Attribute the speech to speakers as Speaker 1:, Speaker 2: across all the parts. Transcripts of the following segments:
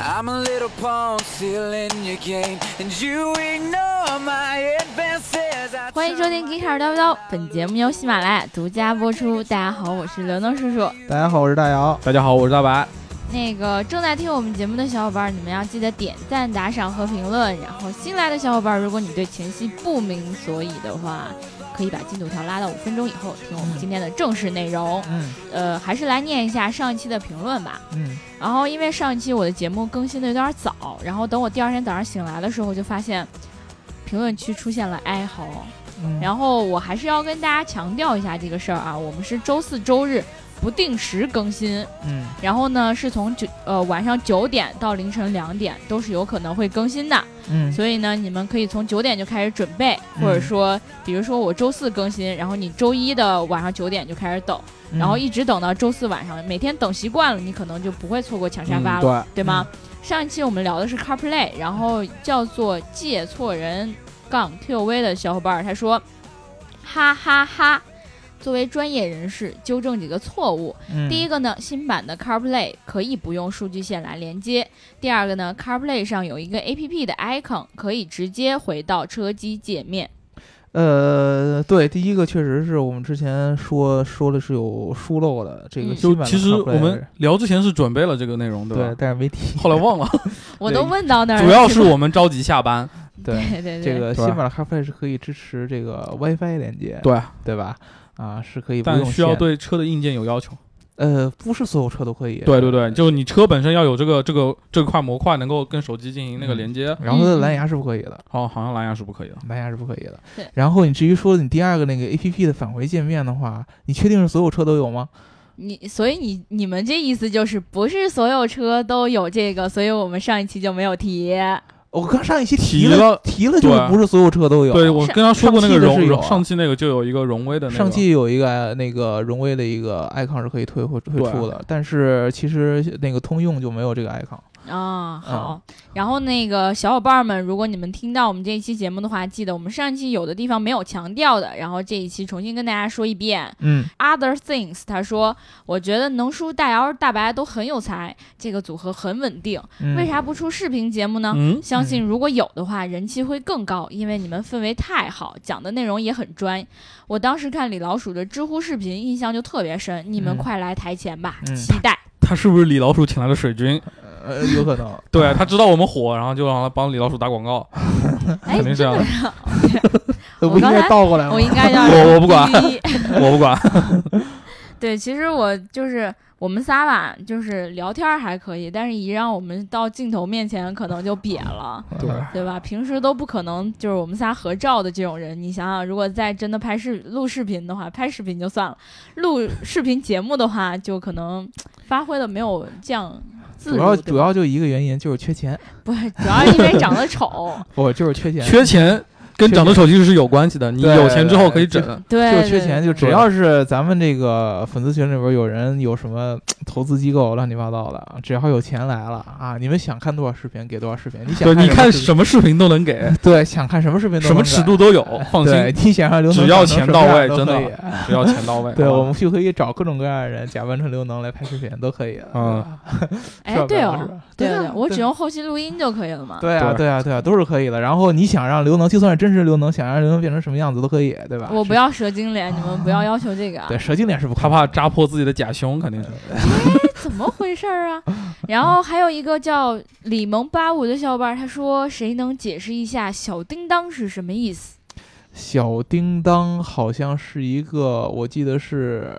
Speaker 1: I'm a little pawn still in your game, and you ignore my advances. I
Speaker 2: 欢迎收听《g u i t a r 叨不叨》，本节目由喜马拉雅独家播出。大家好，我是刘能叔叔。
Speaker 3: 大家好，我是大姚。
Speaker 4: 大家好，我是大白。
Speaker 2: 那个正在听我们节目的小伙伴，你们要记得点赞、打赏和评论。然后新来的小伙伴，如果你对前戏不明所以的话，可以把进度条拉到五分钟以后，听我们今天的正式内容。
Speaker 3: 嗯
Speaker 2: 呃，还是来念一下上一期的评论吧。
Speaker 3: 嗯，
Speaker 2: 然后因为上一期我的节目更新的有点早，然后等我第二天早上醒来的时候，就发现评论区出现了哀嚎。然后我还是要跟大家强调一下这个事儿啊，我们是周四周日不定时更新，
Speaker 3: 嗯，
Speaker 2: 然后呢是从九呃晚上九点到凌晨两点都是有可能会更新的，
Speaker 3: 嗯
Speaker 2: 所以呢你们可以从九点就开始准备，或者说比如说我周四更新，然后你周一的晚上九点就开始等，
Speaker 3: 嗯，
Speaker 2: 然后一直等到周四晚上，每天等习惯了，你可能就不会错过抢沙
Speaker 3: 嗯
Speaker 2: 发了。
Speaker 4: 嗯
Speaker 2: 对
Speaker 4: 对，
Speaker 2: 吗？上一期我们聊的是 CarPlay，然后叫做借错人杠 QV 的小伙伴儿，他说，哈哈哈作为专业人士，纠正几个错误。
Speaker 3: 嗯
Speaker 2: 第一个呢，新版的 CarPlay 可以不用数据线来连接；第二个呢，CarPlay 上有一个 APP 的 icon，可以直接回到车机界面。
Speaker 3: 呃，对，第一个确实是我们之前说说的是有疏漏的，这个
Speaker 2: 嗯
Speaker 3: 新版的
Speaker 4: 其实
Speaker 3: CarPlay
Speaker 4: 我们聊之前是准备了这个内容，
Speaker 3: 对
Speaker 4: 吧，？
Speaker 3: 但是没提。
Speaker 4: 后来忘了，
Speaker 2: 我都问到那儿了，
Speaker 4: 主要是我们着急下班。
Speaker 3: 对
Speaker 2: 对对对，
Speaker 3: 这个
Speaker 4: 对
Speaker 3: 新版的 CarPlay 是可以支持这个 WiFi 连接，
Speaker 4: 对，
Speaker 3: 对吧？啊，是可以不
Speaker 4: 但
Speaker 3: 用
Speaker 4: 需要
Speaker 3: 线
Speaker 4: 对车的硬件有要求。
Speaker 3: 呃，不是所有车都可以。
Speaker 4: 对对对，就是你车本身要有这个这个这块模块能够跟手机进行那个连接。
Speaker 3: 然后它的蓝牙是不可以的，
Speaker 4: 嗯好，好像蓝牙是不可以的。
Speaker 3: 蓝牙是不可以的
Speaker 2: 对。
Speaker 3: 然后你至于说你第二个那个 APP 的返回界面的话，你确定是所有车都有吗？
Speaker 2: 你所以你你们这意思就是不是所有车都有这个，所以我们上一期就没有提。
Speaker 3: 我刚上一期
Speaker 4: 提
Speaker 3: 了，
Speaker 4: 了，
Speaker 3: 提了就是
Speaker 4: 对啊
Speaker 3: 不是所有车都有。
Speaker 4: 对我
Speaker 2: 上
Speaker 4: 跟他说过那
Speaker 3: 上
Speaker 4: 个
Speaker 3: 期的是有
Speaker 4: 荣，
Speaker 3: 啊
Speaker 4: 上期那个就有一个荣威的那个。
Speaker 3: 上汽有一个那个荣威的一个 icon 是可以退回退
Speaker 4: 对啊
Speaker 3: 出的，但是其实那个通用就没有这个 icon。
Speaker 2: 啊，好。
Speaker 4: 嗯
Speaker 2: 然后那个小伙伴们，如果你们听到我们这一期节目的话，记得我们上一期有的地方没有强调的，然后这一期重新跟大家说一遍。
Speaker 3: 嗯
Speaker 2: Other things，他说，我觉得能叔、大姚、大白都很有才，这个组合很稳定，
Speaker 3: 嗯，
Speaker 2: 为啥不出视频节目呢？
Speaker 4: 嗯，
Speaker 2: 相信如果有的话，人气会更高，因为你们氛围太好，讲的内容也很专。我当时看李老鼠的知乎视频，印象就特别深。你们
Speaker 3: 嗯
Speaker 2: 快来台前吧，
Speaker 3: 嗯
Speaker 2: 期待。
Speaker 4: 他是不是李老鼠请来的水军？
Speaker 3: 呃，有可能。
Speaker 4: 对他知道我们火，然后就让他帮李老鼠打广 告。
Speaker 2: 哎，
Speaker 4: 肯定
Speaker 2: 真
Speaker 4: 是啊
Speaker 2: 的是，
Speaker 3: 那
Speaker 2: 我
Speaker 3: 不应
Speaker 2: 刚
Speaker 3: 该
Speaker 2: 才
Speaker 3: 倒过来吗
Speaker 2: 我？应该让
Speaker 4: 我我不管
Speaker 2: 哔哔。
Speaker 4: 我不管，
Speaker 2: 对，其实我就是我们仨吧，就是聊天儿还可以，但是一让我们到镜头面前，可能就瘪了。
Speaker 4: 对
Speaker 2: 对吧？平时都不可能就是我们仨合照的这种人，你想想，如果再真的拍视录视频的话，拍视频就算了，录视频节目的话，就可能发挥的没有这样自
Speaker 3: 主
Speaker 2: 如。
Speaker 3: 要
Speaker 2: 对吧
Speaker 3: 主要就一个原因就是缺 钱，
Speaker 2: 不是主要是因为长得 丑，
Speaker 3: 不就是缺钱，
Speaker 4: 哦缺钱跟长得丑其实是有关系的。你
Speaker 3: 对
Speaker 4: 有钱之后可以
Speaker 3: 对
Speaker 4: 整
Speaker 3: 对。
Speaker 2: 对，
Speaker 3: 就
Speaker 2: 对
Speaker 3: 缺钱，
Speaker 2: 对
Speaker 3: 就只要是咱们这个粉丝群里边有人有什么投资机构乱七八糟的，只要有钱来了啊，你们想看多少视频给多少视频，你想
Speaker 4: 对，你看
Speaker 3: 什么
Speaker 4: 什么视频都能给，
Speaker 3: 视频对想看什么视频都
Speaker 4: 什么
Speaker 3: 能
Speaker 4: 尺
Speaker 3: 看
Speaker 4: 度 都有，放心，
Speaker 3: 对，你想让刘能
Speaker 4: 只
Speaker 3: 长
Speaker 4: 要
Speaker 3: 成
Speaker 4: 钱
Speaker 3: 什
Speaker 4: 到
Speaker 3: 么样
Speaker 4: 位
Speaker 3: 都
Speaker 4: 真
Speaker 3: 可
Speaker 4: 的
Speaker 3: 以啊
Speaker 4: 只要钱到位。
Speaker 3: 对，
Speaker 4: 好吧
Speaker 3: 我们就可以找各种各样的人，假扮成刘能来拍视频都可以的。
Speaker 4: 嗯
Speaker 2: 哎
Speaker 3: 是吧，
Speaker 2: 对
Speaker 3: 是
Speaker 2: 哦，
Speaker 3: 吧
Speaker 2: 对
Speaker 3: 啊
Speaker 2: 对，我只
Speaker 3: 对
Speaker 2: 用后期录音就可以了嘛。
Speaker 3: 对啊，
Speaker 4: 对
Speaker 3: 对啊，对啊，都是可以的。然后你想让刘能，就算是真实刘能，想让刘能变成什么样子都可以，对吧？
Speaker 2: 我不
Speaker 3: 是。
Speaker 2: 要蛇精脸，你们不要要求这个啊。
Speaker 3: 啊对，蛇精脸是不可
Speaker 4: 他
Speaker 3: 以
Speaker 4: 怕扎破自己的假胸，肯定是。
Speaker 2: 怎么回事儿啊？ 然后还有一个叫李萌八五的小伙伴，他说谁能解释一下“小叮当”是什么意思？
Speaker 3: 小叮当好像是一个，我记得是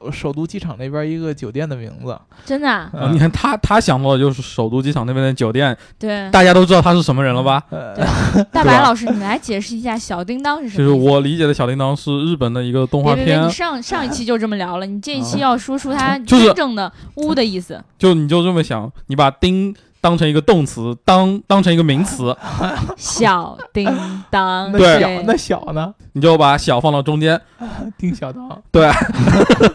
Speaker 3: 呃首都机场那边一个酒店的名字。
Speaker 2: 真的
Speaker 3: 嗯
Speaker 2: 啊、
Speaker 4: 啊你看他，他想到的就是首都机场那边的酒店，
Speaker 2: 对，
Speaker 4: 大家都知道他是什么人了吧？
Speaker 3: 呃
Speaker 2: 对，啊大白老师，你来解释一下“小叮当”是什
Speaker 4: 就
Speaker 2: 么意
Speaker 4: 是
Speaker 2: 思？
Speaker 4: 我理解的小叮当是日本的一个动画
Speaker 2: 别别别，
Speaker 4: 片
Speaker 2: 你，上上一期就这么聊了，你这一期要说出它
Speaker 4: 就是
Speaker 2: 真正的“污”的意思。
Speaker 4: 就你就这么想，你把叮当成一个动词，当当成一个名词，
Speaker 2: 小叮当，
Speaker 3: 那
Speaker 4: 对
Speaker 3: 小那小呢？
Speaker 4: 你就把小放到 中间。
Speaker 3: 丁小当。
Speaker 4: 对。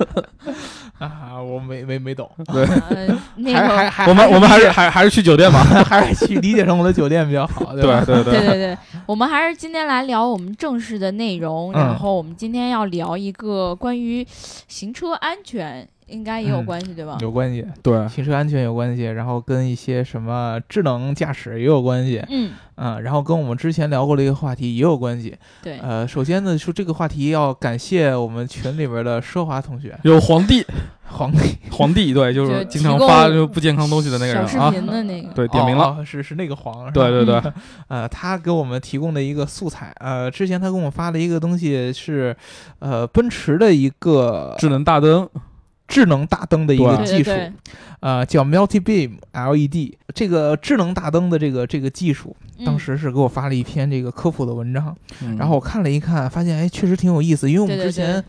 Speaker 3: 啊，我没没没懂，
Speaker 2: 呃那
Speaker 3: 还
Speaker 2: 个，
Speaker 3: 还还
Speaker 4: 我们我们还
Speaker 3: 是
Speaker 4: 是还还是去酒 店吧。
Speaker 3: 还是去理解成我的酒店比较好，吧？
Speaker 4: 对对
Speaker 2: 对对对，我们还是今天来聊我们正 式的内容。
Speaker 3: 嗯
Speaker 2: 然后我们今天要聊一个关于行车安全应该也有
Speaker 3: 嗯
Speaker 2: 关系，对吧？
Speaker 3: 有关系，
Speaker 4: 对，
Speaker 3: 行车安全有关系，然后跟一些什么智能驾驶也有关系，
Speaker 2: 嗯，
Speaker 3: 嗯，然后跟我们之前聊过的一个话题也有关系。
Speaker 2: 对，
Speaker 3: 呃，首先呢，说这个话题要感谢我们群里边的奢华同学
Speaker 4: 有皇帝，
Speaker 3: 黄帝，
Speaker 4: 皇帝对，就是
Speaker 2: 就
Speaker 4: 经常
Speaker 2: 提供
Speaker 4: 发就不健康东西的那个人
Speaker 2: 小视
Speaker 4: 啊，
Speaker 2: 频的那个，
Speaker 4: 对，点名了，
Speaker 3: 哦，是是那个黄，是吧
Speaker 4: 对对对，
Speaker 3: 呃，他给我们提供的一个素材，呃，之前他给我们发了一个东西是，呃，奔驰的一个
Speaker 4: 智能大灯，
Speaker 3: 智能大灯的一
Speaker 4: 对
Speaker 3: 个
Speaker 2: 对
Speaker 3: 啊技
Speaker 2: 对
Speaker 3: 术，
Speaker 2: 对，
Speaker 3: 呃，叫 Multi Beam LED。这个智能大灯的这个这个技术，
Speaker 2: 嗯
Speaker 3: 当时是给我发了一篇这个科普的文章，
Speaker 4: 嗯
Speaker 3: 然后我看了一看，发现哎，确实挺有意思，因为我们
Speaker 2: 对对
Speaker 3: 之前
Speaker 2: 对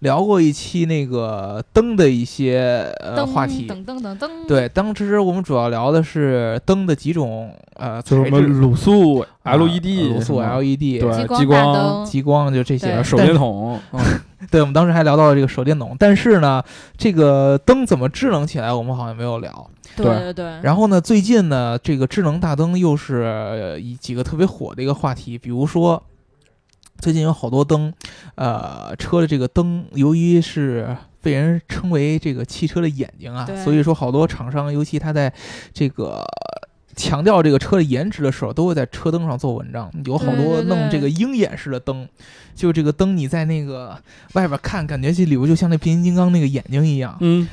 Speaker 3: 聊过一期那个灯的一些呃
Speaker 2: 噔
Speaker 3: 话题。
Speaker 2: 噔噔噔噔，
Speaker 3: 对，当时我们主要聊的是灯的几种呃材
Speaker 4: 就是
Speaker 3: 质
Speaker 4: 什么，E 卤素
Speaker 3: 啊
Speaker 4: LED、
Speaker 3: 卤素
Speaker 4: 什么
Speaker 3: LED，
Speaker 4: 对
Speaker 2: 光大
Speaker 4: 激光
Speaker 2: 灯，
Speaker 3: 呃激光就这些
Speaker 2: 对
Speaker 3: 但
Speaker 4: 啊手电筒，嗯
Speaker 3: 对，我们当时还聊到了这个手电筒，但是呢，这个灯怎么智能起来，我们好像没有聊。
Speaker 2: 对
Speaker 4: 对
Speaker 2: 对对，
Speaker 3: 然后呢，最近呢，这个智能大灯又是呃一几个特别火的一个话题，比如说。最近有好多灯，呃，车的这个灯，由于是被人称为这个汽车的眼睛啊，
Speaker 2: 对
Speaker 3: 所以说好多厂商，尤其他在这个强调这个车的颜值的时候，都会在车灯上做文章。有好多
Speaker 2: 对对对
Speaker 3: 弄这个鹰眼式的灯，就这个灯你在那个外边看，感觉这里边就像那变形金刚那个眼睛一样，
Speaker 4: 嗯，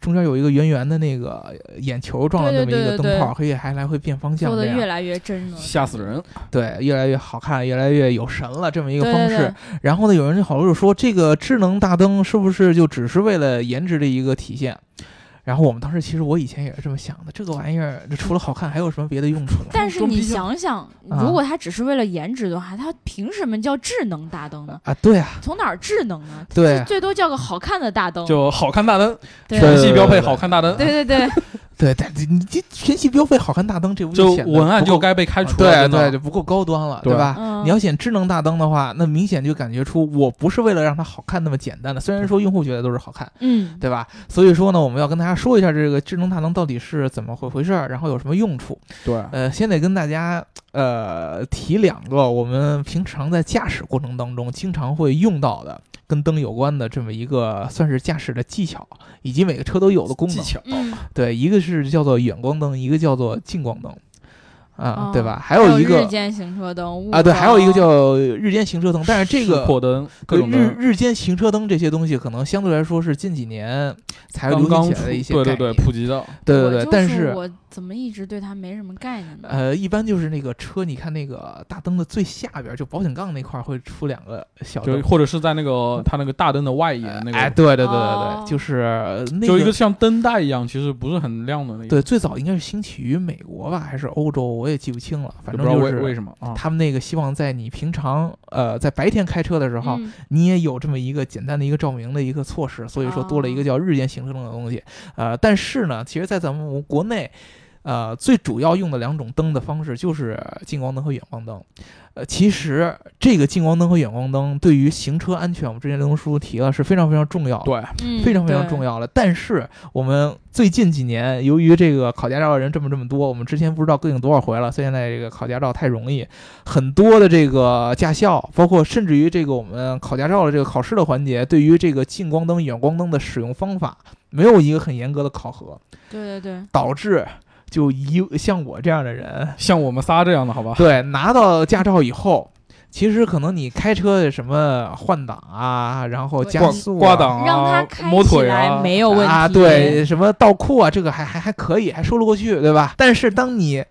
Speaker 3: 中间有一个圆圆的那个呃眼球状的那么一个
Speaker 2: 对对对对
Speaker 3: 灯泡，可以还来回变方向
Speaker 2: 做
Speaker 3: 这
Speaker 2: 的
Speaker 3: 样，
Speaker 2: 越来越真了，
Speaker 4: 吓死人，
Speaker 3: 对，越来越好看，越来越有神了这么一
Speaker 2: 一
Speaker 3: 个方式。然后呢，有人就好多就说这个智能大灯是不是就只是为了颜值的一个体现？然后我们当时其实我以前也是这么想的，这个玩意儿这除了好看还有什么别的用处呢？
Speaker 2: 但是
Speaker 4: 装
Speaker 2: 你
Speaker 4: 逼就
Speaker 2: 想想，
Speaker 3: 啊
Speaker 2: 如果它只是为了颜值的话，它凭什么叫智能大灯呢？
Speaker 3: 啊，对啊，
Speaker 2: 从哪儿智能呢？
Speaker 3: 对啊
Speaker 2: 最最多叫个好看的大灯，
Speaker 4: 就好看大灯，
Speaker 2: 对
Speaker 4: 全系标配
Speaker 3: 对对对
Speaker 4: 好看大灯，
Speaker 2: 对对对，
Speaker 3: 对，但你这全系标配好看大灯，这不
Speaker 4: 就
Speaker 3: 显得
Speaker 4: 文案
Speaker 3: 不
Speaker 4: 就
Speaker 3: 够
Speaker 4: 该被开除
Speaker 3: 啊对
Speaker 4: 了，真
Speaker 3: 对，
Speaker 4: 的
Speaker 3: 就不够高端了，
Speaker 4: 对
Speaker 3: 吧？
Speaker 2: 嗯
Speaker 3: 你要选智能大灯的话，那明显就感觉出我不是为了让它好看那么简单的。虽然说用户觉得都是好看，
Speaker 2: 嗯，
Speaker 3: 对吧？所以说呢，我们要跟大家说一下这个智能大灯到底是怎么回回事儿，然后有什么用处。
Speaker 4: 对，
Speaker 3: 呃，先得跟大家呃提两个我们平常在驾驶过程当中经常会用到的跟灯有关的这么一个算是驾驶的技巧，以及每个车都有的功
Speaker 4: 技
Speaker 3: 能。
Speaker 4: 巧，
Speaker 2: 嗯，
Speaker 3: 对，一个是叫做远光灯，一个叫做近光灯，
Speaker 2: 哦
Speaker 3: 啊、对吧？还有一个
Speaker 2: 日间行车灯
Speaker 3: 啊，对，还有一个叫日间行车灯，但是这个
Speaker 4: 破灯各
Speaker 3: 对
Speaker 4: 种
Speaker 3: 日
Speaker 4: 灯，
Speaker 3: 日间行车灯这些东西，可能相对来说是近几年才
Speaker 4: 刚
Speaker 3: 流
Speaker 4: 刚
Speaker 3: 行起
Speaker 4: 出
Speaker 3: 来的一些
Speaker 4: 对
Speaker 3: 概
Speaker 4: 对
Speaker 3: 念，
Speaker 4: 对，普及的，
Speaker 3: 对对
Speaker 2: 我
Speaker 3: 对
Speaker 2: 就
Speaker 3: 但
Speaker 2: 是
Speaker 3: 是
Speaker 2: 我怎么一直对它没什么概念呢？
Speaker 3: 呃，一般就是那个车，你看那个大灯的最下边，就保险杠那块儿会出两个小
Speaker 4: 就
Speaker 3: 灯，
Speaker 4: 或者是在那个它那个大灯的外
Speaker 3: 呃
Speaker 4: 沿那
Speaker 3: 嗯哎，
Speaker 4: 个，
Speaker 3: 对对对对对，
Speaker 2: 哦
Speaker 3: 就是呃那
Speaker 4: 就一个像灯带一样，其实不是很亮的那个，
Speaker 3: 对，最早应该是兴起于美国吧，还是欧洲，我也记不清了，反
Speaker 4: 也
Speaker 3: 正
Speaker 4: 不知道
Speaker 3: 就
Speaker 4: 为为
Speaker 3: 是。
Speaker 4: 什么啊，
Speaker 3: 他们那个希望在你平常呃在白天开车的时候，
Speaker 2: 嗯
Speaker 3: 你也有这么一个简单的一个照明的一个措施，所以说多了一个叫日间行车灯的东西。呃，但是呢，其实，在咱们国内，呃，最主要用的两种灯的方式就是近光灯和远光灯。呃，其实这个近光灯和远光灯对于行车安全，我们之前刘叔提了是非常非常重要的。
Speaker 4: 对，
Speaker 2: 嗯
Speaker 3: 非常非常重
Speaker 2: 要。
Speaker 3: 要了。但是我们最近几年，由于这个考驾照的人这么这么多，我们之前不知道更新多少回了，所以现在这个考驾照太容易，很多的这个驾校，包括甚至于这个我们考驾照的这个考试的环节，对于这个近光灯、远光灯的使用方法，没有一个很严格的考核，
Speaker 2: 对对对，
Speaker 3: 导致。就一像我这样的人，
Speaker 4: 像我们仨这样的好吧，
Speaker 3: 对，拿到驾照以后，其实可能你开车什么换挡啊，然后
Speaker 2: 对
Speaker 3: 加
Speaker 4: 挂
Speaker 3: 速、啊、
Speaker 4: 挂档
Speaker 2: 让它
Speaker 4: 啊，
Speaker 2: 开
Speaker 4: 摸
Speaker 2: 起
Speaker 4: 腿啊
Speaker 2: 来，没有问题。
Speaker 3: 啊，对，什么倒库啊，这个还还还可以，还说得过去，对吧？但是当你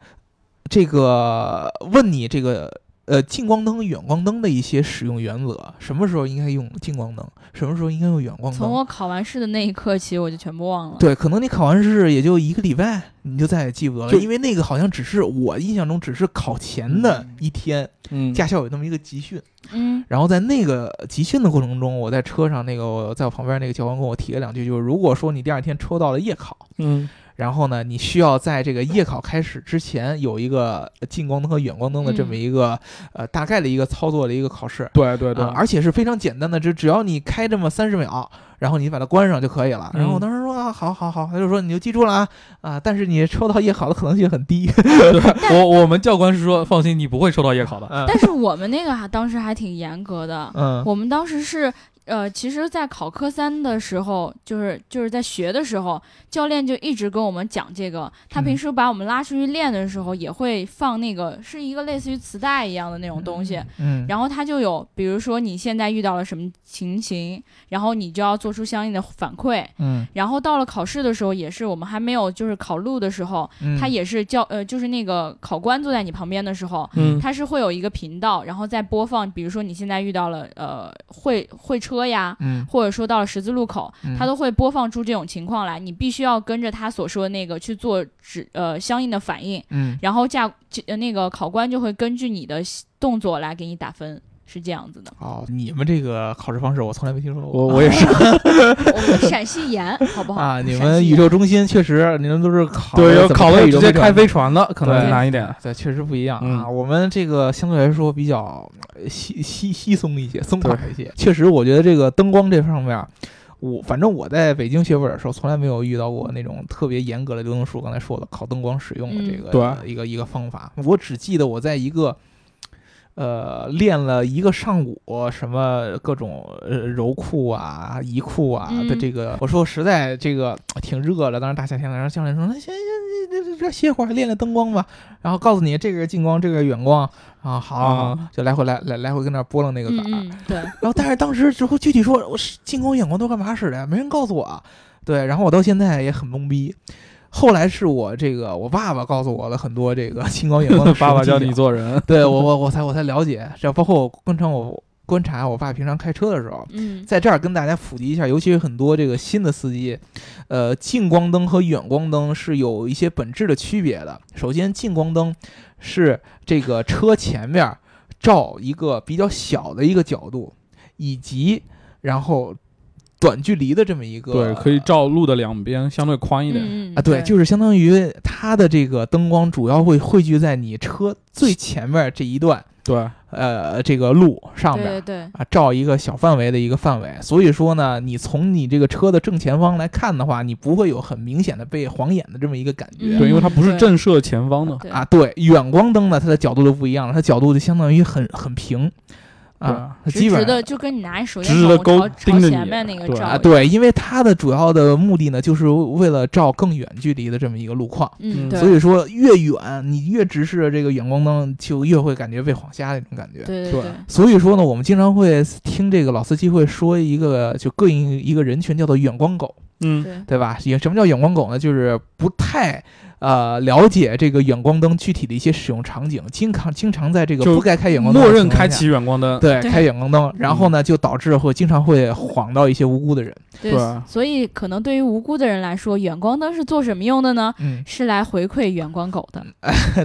Speaker 3: 这个问你这个呃近光灯、远光灯的一些使用原则，什么时候应该用近光灯，什么时候应该用远光
Speaker 2: 从
Speaker 3: 灯？
Speaker 2: 我考完试的那一刻起，我就全部忘了。
Speaker 3: 对，可能你考完试也就一个礼拜，你就再也记不得了，
Speaker 4: 就
Speaker 3: 因为那个好像只是我印象中只是考前的一天，
Speaker 4: 嗯，
Speaker 3: 驾校有那么一个集训，
Speaker 2: 嗯，
Speaker 3: 然后在那个集训的过程中，我在车上那个我在我旁边那个教官跟我提了两句，就是如果说你第二天抽到了夜考，
Speaker 4: 嗯，
Speaker 3: 然后呢，你需要在这个夜考开始之前有一个近光灯和远光灯的这
Speaker 2: 嗯
Speaker 3: 么一个、呃大概的一个操作的一个考试，
Speaker 4: 对对对
Speaker 3: 啊，而且是非常简单的，只只要你开这么三十秒，然后你把它关上就可以了。
Speaker 4: 嗯
Speaker 3: 然后我当时说啊，好好好，他就说你就记住了啊啊，但是你抽到夜考的可能性 很低。
Speaker 4: 对我我们教官是说，放心，你不会抽到夜考的。
Speaker 3: 嗯
Speaker 2: 但是我们那个还当时还挺严格的，
Speaker 3: 嗯
Speaker 2: 我们当时是。呃，其实，在考科三的时候，就是就是在学的时候，教练就一直跟我们讲这个。他平
Speaker 3: 嗯
Speaker 2: 时把我们拉出去练的时候，也会放那个是一个类似于磁带一样的那种东西。
Speaker 3: 嗯，
Speaker 2: 然后他就有，比如说你现在遇到了什么情形，然后你就要做出相应的反馈。
Speaker 3: 嗯，
Speaker 2: 然后到了考试的时候，也是我们还没有就是考录的时候，
Speaker 3: 嗯
Speaker 2: 他也是教呃，就是那个考官坐在你旁边的时候，
Speaker 4: 嗯
Speaker 2: 它是会有一个频道，然后再播放，比如说你现在遇到了呃会会车呀，
Speaker 3: 嗯，
Speaker 2: 或者说到了十字路口，
Speaker 3: 嗯
Speaker 2: 它都会播放出这种情况来，你必须要跟着他所说的那个去做指呃相应的反应，
Speaker 3: 嗯，
Speaker 2: 然后驾呃那个考官就会根据你的动作来给你打分。是这样子的
Speaker 3: 哦，你们这个考试方式我从来没听说过。
Speaker 4: 我我也是，
Speaker 2: 我们陕西盐好不好
Speaker 3: 啊，你
Speaker 2: 陕
Speaker 3: 们
Speaker 2: 西
Speaker 3: 宇
Speaker 2: 盐
Speaker 3: 宙中心确实，你们都是考
Speaker 4: 对，要
Speaker 3: 怎么
Speaker 4: 考
Speaker 3: 开
Speaker 4: 的
Speaker 3: 宇
Speaker 4: 直
Speaker 3: 宙
Speaker 4: 接
Speaker 3: 飞
Speaker 4: 开
Speaker 3: 船
Speaker 4: 飞船的可能
Speaker 3: 对
Speaker 4: 难一点。
Speaker 3: 对，确实不一样啊。
Speaker 4: 嗯
Speaker 3: 我们这个相对来说比较呃稀稀稀松一些，松垮
Speaker 4: 对
Speaker 3: 一些。确实，我觉得这个灯光这方面啊，我反正我在北京学本的时候，从来没有遇到过那种特别严格的刘能叔刚才说的考灯光使用的这
Speaker 2: 嗯
Speaker 3: 个、
Speaker 4: 对
Speaker 3: 一个一个方法。我只记得我在一个。呃，练了一个上午，什么各种呃柔裤啊、移裤啊
Speaker 2: 嗯
Speaker 3: 的这个，我说实在这个挺热了，当时大夏天的，然后教练说那行行，这这这歇会儿，练练灯光吧。然后告诉你这个是近光，这个是远光啊，好好，好就来回来来来回跟那儿拨弄那个杆儿。
Speaker 2: 嗯嗯，对，
Speaker 3: 然后但是当时之后具体说，我是近光远光都干嘛使的呀？没人告诉我啊。对，然后我到现在也很懵逼。后来是我这个我爸爸告诉我了很多这个 近光远光的使用
Speaker 4: 爸爸教
Speaker 3: 技巧
Speaker 4: 你做人，
Speaker 3: 对我我我才我才了解，这包括我观察我观察我爸平常开车的时候，
Speaker 2: 嗯
Speaker 3: 在这儿跟大家普及一下，尤其是很多这个新的司机，呃，近光灯和远光灯是有一些本质的区别的。首先，近光灯是这个车前面儿照一个比较小的一个角度，以及然后短距离的这么一个
Speaker 4: 对，可以照路的两边，相对宽一点。
Speaker 2: 嗯嗯
Speaker 3: 啊，对，就是相当于它的这个灯光主要会汇聚在你车最前面儿这一段，
Speaker 4: 对，
Speaker 3: 呃，这个路上
Speaker 2: 对
Speaker 3: 面。
Speaker 2: 对对，
Speaker 3: 啊，照一个小范围的一个范围。所以说呢，你从你这个车的正前方来看的话，你不会有很明显的被晃眼的这么一个感觉。
Speaker 2: 嗯
Speaker 4: 对，因为它不是
Speaker 2: 对
Speaker 4: 正射前方的，
Speaker 2: 对
Speaker 3: 啊，对，远光灯呢，它的角度就不一样了，它角度就相当于很很平啊，它
Speaker 2: 直
Speaker 3: 基本
Speaker 2: 直
Speaker 3: 上
Speaker 2: 的就跟你拿手
Speaker 4: 直直
Speaker 2: 电
Speaker 4: 地
Speaker 2: 筒朝
Speaker 4: 勾盯
Speaker 2: 朝
Speaker 4: 着
Speaker 2: 前
Speaker 4: 你
Speaker 2: 面那个
Speaker 4: 对
Speaker 2: 照
Speaker 3: 啊，，对，因为它的主要的目的呢，就是为了照更远距离的这么一个路况。
Speaker 2: 嗯，
Speaker 4: 嗯
Speaker 2: 对
Speaker 3: 所以说，越远你越直视这个远光灯，就越会感觉被晃瞎那种感觉。
Speaker 2: 对
Speaker 4: 对
Speaker 2: 对，
Speaker 3: 所以说呢，我们经常会听这个老司机会说一个，就膈应一个人群叫做远光狗，
Speaker 4: 嗯，
Speaker 2: 对
Speaker 3: 对吧？也什么叫远光狗呢？就是不太呃了解这个远光灯具体的一些使用场景，经常经常在这个
Speaker 4: 就
Speaker 3: 不该开远光灯的
Speaker 4: 默认
Speaker 3: 情况
Speaker 4: 开
Speaker 3: 下
Speaker 4: 启远光灯，
Speaker 3: 对
Speaker 2: 对
Speaker 3: 开远光灯，然后呢就导致会经常会晃到一些无辜的人。
Speaker 2: 对
Speaker 4: 对啊
Speaker 2: 所以可能对于无辜的人来说，远光灯是做什么用的呢？
Speaker 3: 嗯，
Speaker 2: 是来回馈远光狗的。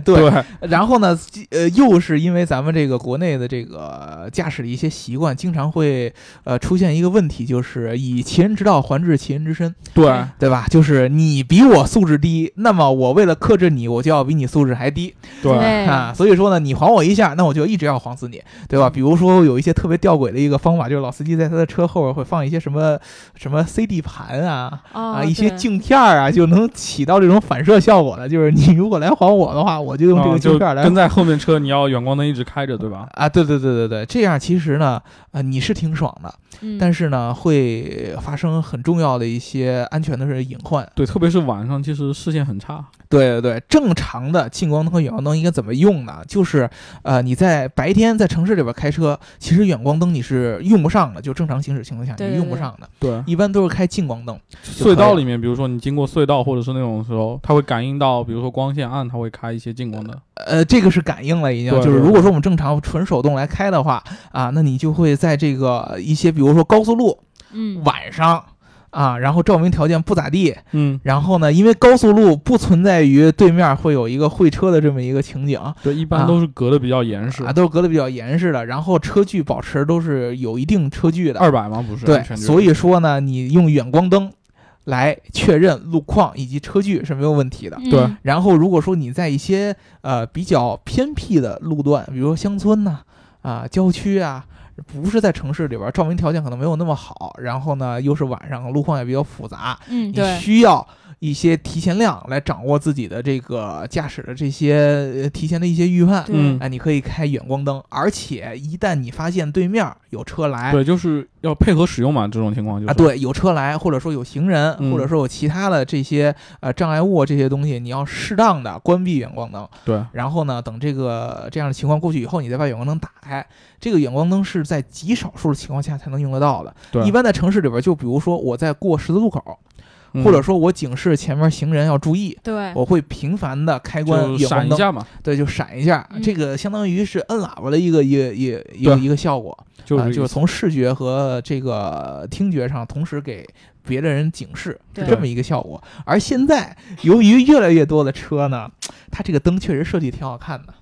Speaker 3: 对。然后呢，呃，又是因为咱们这个国内的这个驾驶的一些习惯，经常会呃出现一个问题，就是以其人之道还治其人之身。
Speaker 4: 对
Speaker 3: 对吧？就是你比我素质低，那么我为了克制你，我就要比你素质还低
Speaker 4: 对，
Speaker 3: 啊。所以说呢，你还我一下，那我就一直要晃死你，对吧？比如说有一些特别吊诡的一个方法，就是老司机在他的车后边会放一些什么什么 CD 盘啊。
Speaker 2: 啊
Speaker 3: 啊，一些镜片儿啊，就能起到这种反射效果的。就是你如果来还我的话，我就用这
Speaker 4: 啊
Speaker 3: 个
Speaker 4: 就
Speaker 3: 镜片儿来
Speaker 4: 跟在后面车，你要远光灯一直开着，对吧？
Speaker 3: 啊，对对对对对，这样其实呢，呃，你是挺爽的，但
Speaker 2: 是
Speaker 3: 是呢，会发生很重要的一些安全的隐患。
Speaker 4: 对，特别是晚上，其实视线很差。
Speaker 3: 对对对，正常的近光灯和远光灯应该怎么用呢？就是呃，你在白天在城市里边开车，其实远光灯你是用不上的，就正常行驶情况下
Speaker 2: 对
Speaker 3: 你
Speaker 2: 对
Speaker 3: 用不
Speaker 2: 对
Speaker 3: 上的，
Speaker 4: 对，
Speaker 3: 一般都是开近光灯。就可以
Speaker 4: 隧道里面，比如说你经过隧道或者是那种时候，它会感应到，比如说光线暗，它会开一些近光灯。
Speaker 3: 呃，这个是感应了，已经
Speaker 4: 对
Speaker 3: 就是
Speaker 4: 对
Speaker 3: 如果说我们正常纯手动来开的话啊，那你就会在这个一些比如说高速路
Speaker 2: 嗯，
Speaker 3: 晚上。啊，然后照明条件不咋地，
Speaker 4: 嗯，
Speaker 3: 然后呢，因为高速路不存在于对面会有一个会车的这么一个情景，
Speaker 4: 对，一般
Speaker 3: 啊
Speaker 4: 都是隔得比较严实
Speaker 3: 啊，，都是隔得比较严实的，然后车距保持都是有一定车距的。
Speaker 4: 二百吗？不是，
Speaker 3: 对
Speaker 4: 安全，距离
Speaker 3: 所以说呢，你用远光灯来确认路况以及车距是没有问题的。
Speaker 2: 嗯
Speaker 4: 对
Speaker 3: 然后，如果说你在一些呃比较偏僻的路段，比如说乡村呐、啊、郊区啊，不是在城市里边，照明条件可能没有那么好，然后呢又是晚上，路况也比较复杂，
Speaker 2: 嗯
Speaker 3: 你
Speaker 2: 对
Speaker 3: 需要一些提前量来掌握自己的这个驾驶的这些呃提前的一些预判。
Speaker 2: 对
Speaker 4: 嗯
Speaker 3: 哎，你可以开远光灯，而且一旦你发现对面有车来，
Speaker 4: 对，就是要配合使用嘛，这种情况就是、
Speaker 3: 啊，对，有车来，或者说有行人，
Speaker 4: 嗯
Speaker 3: 或者说有其他的这些呃障碍物这些东西，你要适当的关闭远光灯，
Speaker 4: 对
Speaker 3: 然后呢，等这个这样的情况过去以后，你再把远光灯打开。这个远光灯是在极少数的情况下才能用得到的，
Speaker 4: 对，
Speaker 3: 一般在城市里边，就比如说我在过十字路口，
Speaker 4: 嗯
Speaker 3: 或者说我警示前面行人要注意。
Speaker 2: 对，
Speaker 3: 我会频繁的开关
Speaker 4: 就
Speaker 3: 远光
Speaker 4: 闪一
Speaker 3: 灯，啊
Speaker 4: 下嘛，
Speaker 3: 对，就闪一下，
Speaker 2: 嗯
Speaker 3: 这个相当于是摁喇叭的一个一个一个一个
Speaker 4: 对
Speaker 3: 一个效果。
Speaker 4: 就
Speaker 3: 啊
Speaker 4: 是
Speaker 3: 就是从视觉和这个听觉上同时给别的人警示，
Speaker 2: 对
Speaker 3: 是这么一个效果。而现在，由于越来越多的车呢，它这个灯确实设计挺好看的，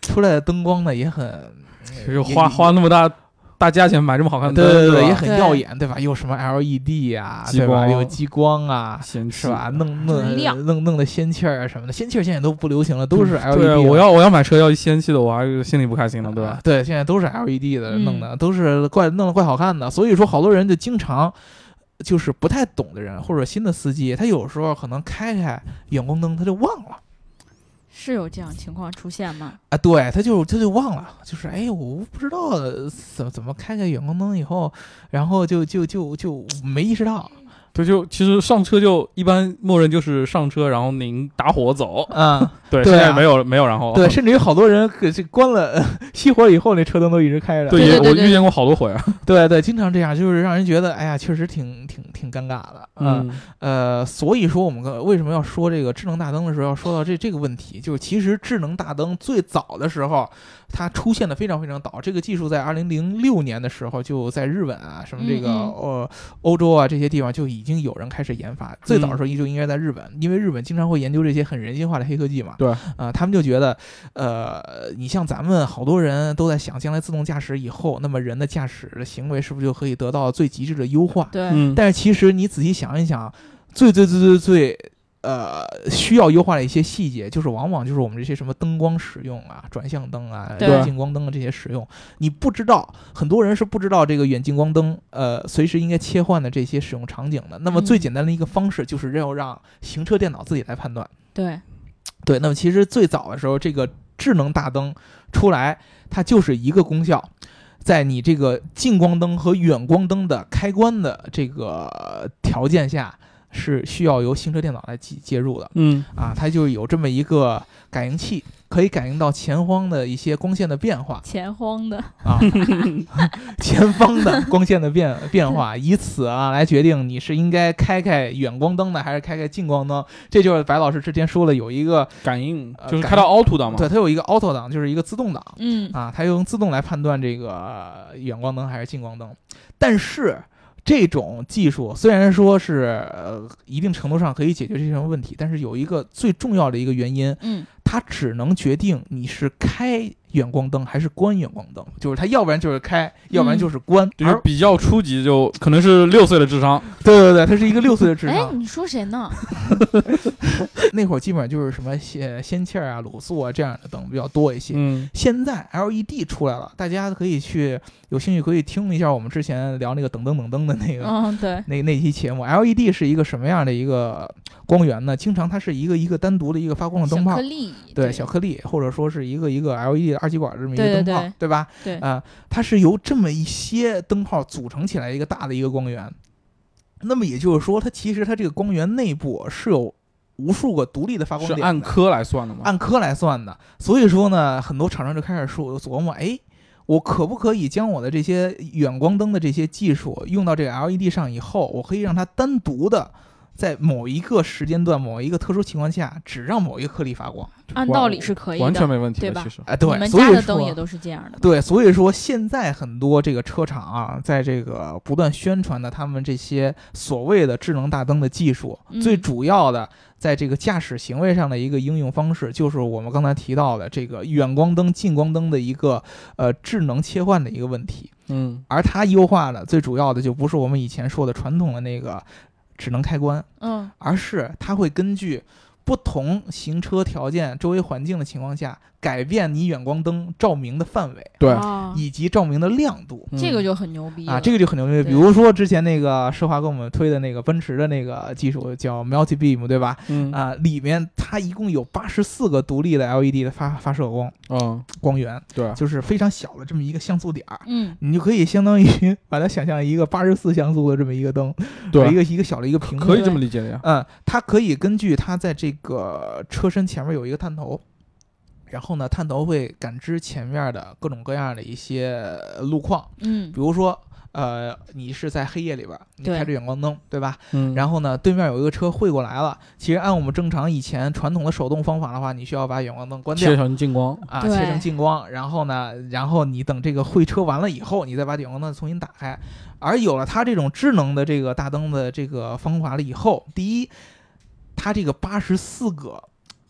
Speaker 3: 出来的灯光呢也很，
Speaker 4: 其实花
Speaker 3: 也
Speaker 4: 花那么大大价钱买这么好看的
Speaker 3: 对对
Speaker 4: 灯，
Speaker 3: 对，
Speaker 4: 是吧
Speaker 3: 也很
Speaker 2: 对
Speaker 3: 耀眼，对吧？又什么 LED 呀、
Speaker 4: 激
Speaker 3: 对吧？
Speaker 4: 光
Speaker 3: 有激光啊。
Speaker 4: 嫌弃
Speaker 3: 是吧？？弄
Speaker 2: 就是
Speaker 3: 弄
Speaker 2: 亮
Speaker 3: 弄弄的仙气儿啊什么的，仙气儿现在都不流行了，都是 E LED 了。
Speaker 4: 嗯对，啊我要我要买车要一仙气的，我还是心里不开心了，对
Speaker 3: 啊
Speaker 4: 吧？
Speaker 3: 对，现在都是 LED 的
Speaker 2: 嗯
Speaker 3: 弄的，都是怪弄得怪好看的，所以说好多人就经常。就是不太懂的人，或者新的司机，他有时候可能开开远光灯，他就忘了
Speaker 2: 是有这样情况出现吗？
Speaker 3: 啊，对，他就他就忘了，就是哎，我不知道怎么怎么开开远光灯以后，然后就就就就没意识到
Speaker 4: 对，就其实上车就一般默认就是上车，然后您打火走。
Speaker 3: 啊，
Speaker 4: 对，
Speaker 3: 对啊
Speaker 4: 现在没有没有然后。 嗯
Speaker 3: 对，甚至于好多人可这关了呃熄火以后，那车灯都一直开着，
Speaker 4: 对，
Speaker 2: 对
Speaker 4: 也
Speaker 2: 对
Speaker 4: 我
Speaker 2: 对
Speaker 4: 遇见过好多回啊。
Speaker 3: 对对，经常这样，就是让人觉得哎呀，确实挺挺挺尴尬的，嗯，呃，所以说我们刚为什么要说这个智能大灯的时候，要说到这这个问题，就是其实智能大灯最早的时候，它出现的非常非常早。这个技术在二零零六年的时候，就在日本啊，什么这个
Speaker 2: 嗯嗯
Speaker 3: 呃欧洲啊这些地方就已经有人开始研发。最早的时候
Speaker 2: 嗯
Speaker 3: 就应该在日本，因为日本经常会研究这些很人性化的黑科技嘛。
Speaker 4: 对，
Speaker 3: 呃，他们就觉得，呃，你像咱们好多人都在想，将来自动驾驶以后，那么人的驾驶的行为是不是就可以得到最极致的优化？
Speaker 2: 对，
Speaker 4: 嗯，
Speaker 3: 但是其实你仔细想一想，最最最最最呃需要优化的一些细节，就是往往就是我们这些什么灯光使用啊、转向灯啊、
Speaker 2: 对
Speaker 3: 远近光灯啊这些使用，你不知道，很多人是不知道这个远近光灯呃随时应该切换的这些使用场景的。那么
Speaker 2: 嗯
Speaker 3: 最简单的一个方式就是要让行车电脑自己来判断。
Speaker 2: 对，
Speaker 3: 对，那么其实最早的时候，这个智能大灯出来，它就是一个功效，在你这个近光灯和远光灯的开关的这个呃条件下，是需要由行车电脑来介介入的
Speaker 4: 嗯，
Speaker 3: 啊，它就有这么一个感应器，可以感应到前方的一些光线的变化
Speaker 2: 前荒的，
Speaker 3: 啊，前方的光线的变变化，以此啊来决定你是应该开开远光灯呢，还是开开近光灯。这就是白老师之前说了有一个。
Speaker 4: 感应
Speaker 3: 呃
Speaker 4: 就是开到凹凸档嘛。
Speaker 3: 对，它有一个 auto 档，就是一个自动档
Speaker 2: 嗯，
Speaker 3: 啊，它用自动来判断这个呃远光灯还是近光灯。但是这种技术虽然说是呃一定程度上可以解决这些问题，但是有一个最重要的一个原因，
Speaker 2: 嗯，
Speaker 3: 它只能决定你是开远光灯还是关远光灯，就是它要不然就是开，要
Speaker 2: 嗯
Speaker 3: 不然就是关。
Speaker 4: 就是
Speaker 3: 而
Speaker 4: 比较初级，就可能是六岁的智商，
Speaker 3: 对对对，它是一啊个六岁的智
Speaker 2: 哎，
Speaker 3: 商，
Speaker 2: 你说谁呢？
Speaker 3: 那会儿基本上就是什么仙仙气儿啊、卤素啊这样的灯比较多一些。
Speaker 4: 嗯，
Speaker 3: 现在 LED 出来了，大家可以去有兴趣可以听一下我们之前聊那个噔噔噔噔的那个、
Speaker 2: 嗯，对，
Speaker 3: 那那期节目。LED 是一个什么样的一个光源呢？经常它是一个一个单独的一个发光的
Speaker 2: 小
Speaker 3: 灯泡
Speaker 2: 颗，粒，
Speaker 3: 对小颗粒，或者说是一个一个 LED 的二极管这么一个
Speaker 2: 对对
Speaker 3: 灯泡，
Speaker 2: 对
Speaker 3: 吧？
Speaker 2: 对
Speaker 3: 啊、它是由这么一些灯泡组成起来一个大的一个光源。那么也就是说，它其实它这个光源内部是有无数个独立的发光
Speaker 4: 是
Speaker 3: 点的，
Speaker 4: 按颗来算的嘛？
Speaker 3: 按颗来算的。所以说呢，很多厂商就开始说琢磨，哎，我可不可以将我的这些远光灯的这些技术用到这个 LED 上以后，我可以让它单独的。在某一个时间段、某一个特殊情况下，只让某一个颗粒发光
Speaker 2: 按道理是可以的，
Speaker 4: 完全没问题
Speaker 2: 对
Speaker 4: 的，
Speaker 2: 吧
Speaker 4: 其实。
Speaker 3: 啊、
Speaker 2: 你
Speaker 3: 对，
Speaker 2: 们
Speaker 3: 所
Speaker 2: 家
Speaker 3: 以
Speaker 2: 的灯也
Speaker 3: 说
Speaker 2: 都是这样的，
Speaker 3: 对，所以说现在很多这个车厂啊，在这个不断宣传的他们这些所谓的智能大灯的技术，
Speaker 2: 嗯
Speaker 3: 最主要的在这个驾驶行为上的一个应用方式，就是我们刚才提到的这个远光灯、近光灯的一个呃智能切换的一个问题。
Speaker 4: 嗯，
Speaker 3: 而它优化的最主要的就不是我们以前说的传统的那个智能开关，
Speaker 2: 嗯，
Speaker 3: 而是它会根据不同行车条件、周围环境的情况下，改变你远光灯照明的范围
Speaker 4: 对，
Speaker 2: 哦
Speaker 3: 以及照明的亮度。
Speaker 2: 这个
Speaker 4: 就
Speaker 2: 就很牛逼
Speaker 3: 啊，
Speaker 2: 了
Speaker 3: 这个就很牛逼。
Speaker 2: 哎对
Speaker 3: 比如说之前那个施华给我们推的那个奔驰的那个技术叫 Multi Beam，对吧？
Speaker 4: 嗯
Speaker 3: 啊、里面它一共有八十四个独立的 LED 的发发射光
Speaker 4: 嗯
Speaker 3: 光源，
Speaker 4: 对，
Speaker 3: 就是非常小的这么一个像素点儿。
Speaker 2: 嗯，
Speaker 3: 你就可以相当于 把它想象一个八十四像素的这么一个灯，
Speaker 4: 对
Speaker 3: 一个一个小的一个屏幕，
Speaker 4: 可以这么理解的呀。
Speaker 3: 嗯，它可以根据它在这个车身前面有一个探头，然后呢，探头会感知前面的各种各样的一些呃路况，
Speaker 2: 嗯
Speaker 3: 比，如说，呃，你是在黑夜里边儿，你
Speaker 2: 对
Speaker 3: 开着远光灯，对吧？
Speaker 4: 嗯，
Speaker 3: 然后呢，对面有一个车汇过来了，其实按我们正常以前传统的手动方法的话，你需要把远光灯关掉
Speaker 4: 切。成近光，
Speaker 3: 啊，
Speaker 2: 对
Speaker 3: 切成近光，然后呢，然后你等这个会车完了以后，你再把远光灯重新打开。而有了它这种智能的这个大灯的这个方法了以后，第一，它这个八十四个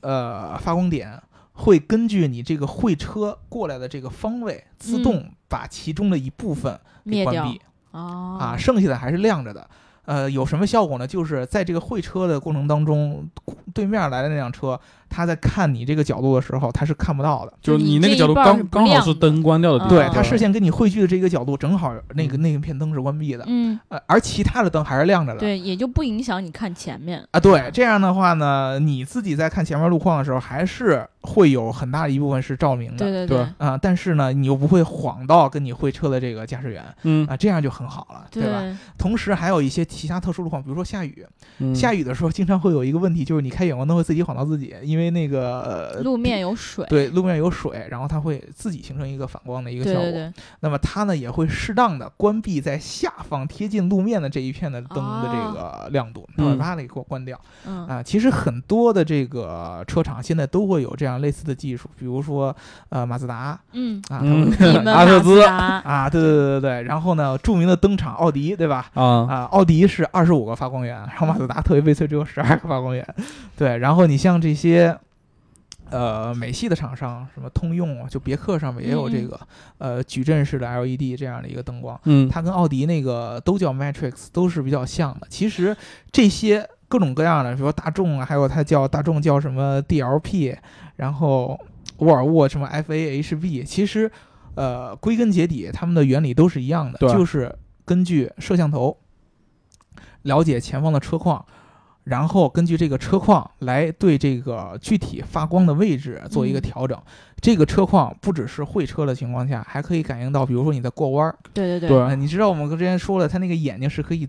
Speaker 3: 呃发光点会根据你这个会车过来的这个方位，自动把其中的一部分给
Speaker 2: 灭
Speaker 3: 关
Speaker 2: 掉
Speaker 3: 闭、
Speaker 2: 哦
Speaker 3: 啊，剩下的还是亮着的。呃，有什么效果呢？就是在这个会车的过程当中，对面来的那辆车，它在看你这个角度的时候，它是看不到的。
Speaker 4: 就是
Speaker 2: 你
Speaker 4: 你那
Speaker 2: 这
Speaker 4: 个
Speaker 2: 一
Speaker 4: 角度
Speaker 2: 半儿是
Speaker 4: 刚
Speaker 2: 不
Speaker 4: 刚好
Speaker 2: 亮
Speaker 4: 是
Speaker 2: 的
Speaker 4: 灯关掉的地
Speaker 2: 啊
Speaker 4: 方，
Speaker 3: 对，
Speaker 2: 嗯
Speaker 3: 它视线跟你汇聚的这一个角度正好那个那一片灯是关闭的，
Speaker 2: 嗯，
Speaker 3: 呃，而其他的灯还是亮着的。
Speaker 2: 对，也就不影响你看前面
Speaker 3: 啊，对，这样的话呢，你自己在看前面路况的时候，还是会有很大一部分是照明的。
Speaker 2: 对对
Speaker 4: 对
Speaker 3: 啊、但是呢，你又不会晃到跟你会车的这个驾驶员啊、
Speaker 4: 嗯，
Speaker 3: 这样就很好了，对吧？
Speaker 2: 对，
Speaker 3: 同时还有一些其他特殊路况，比如说下雨，
Speaker 4: 嗯
Speaker 3: 下雨的时候经常会有一个问题，就是你开远光灯会自己晃到自己，因为那个、呃
Speaker 2: 路面有水，
Speaker 3: 对路面有水，然后它会自己形成一个反光的一个
Speaker 2: 对
Speaker 3: 效果。
Speaker 2: 对对，
Speaker 3: 那么它呢也会适当的关闭在下方贴近路面的这一片的灯的这个亮度，它会
Speaker 4: 嗯
Speaker 3: 把它给关关掉
Speaker 2: 哦嗯，
Speaker 3: 啊。其实很多的这个车厂现在都会有这样类似的技术，比如说呃马自达啊，
Speaker 2: 嗯，
Speaker 3: 它会
Speaker 4: 嗯，
Speaker 2: 你们
Speaker 4: 阿特兹
Speaker 2: 啊，
Speaker 3: 啊，对对对对对，然后呢著名的灯厂奥迪对吧？
Speaker 4: 啊，
Speaker 3: 啊，奥迪是二十五个发光源，然后马自达特别悲催，只有十二个发光源。对，然后你像这些，呃，美系的厂商，什么通用啊，就别克上面也有这个，呃，矩阵式的 LED 这样的一个灯光，
Speaker 4: 嗯，
Speaker 3: 它跟奥迪那个都叫 Matrix，都是比较像的。其实这些各种各样的，比如说大众啊，还有它叫大众叫什么 DLP，然后沃尔沃什么 FAHB，其实呃归根结底，它们的原理都是一样的，
Speaker 4: 对
Speaker 3: 就是根据摄像头了解前方的车况。然后根据这个车况来对这个具体发光的位置做一个
Speaker 2: 嗯
Speaker 3: 调整，这个车况不只是会车的情况下，还可以感应到，比如说你在过弯儿，
Speaker 2: 对对
Speaker 4: 对
Speaker 3: 啊，你知道我们之前说了，它那个眼睛是可以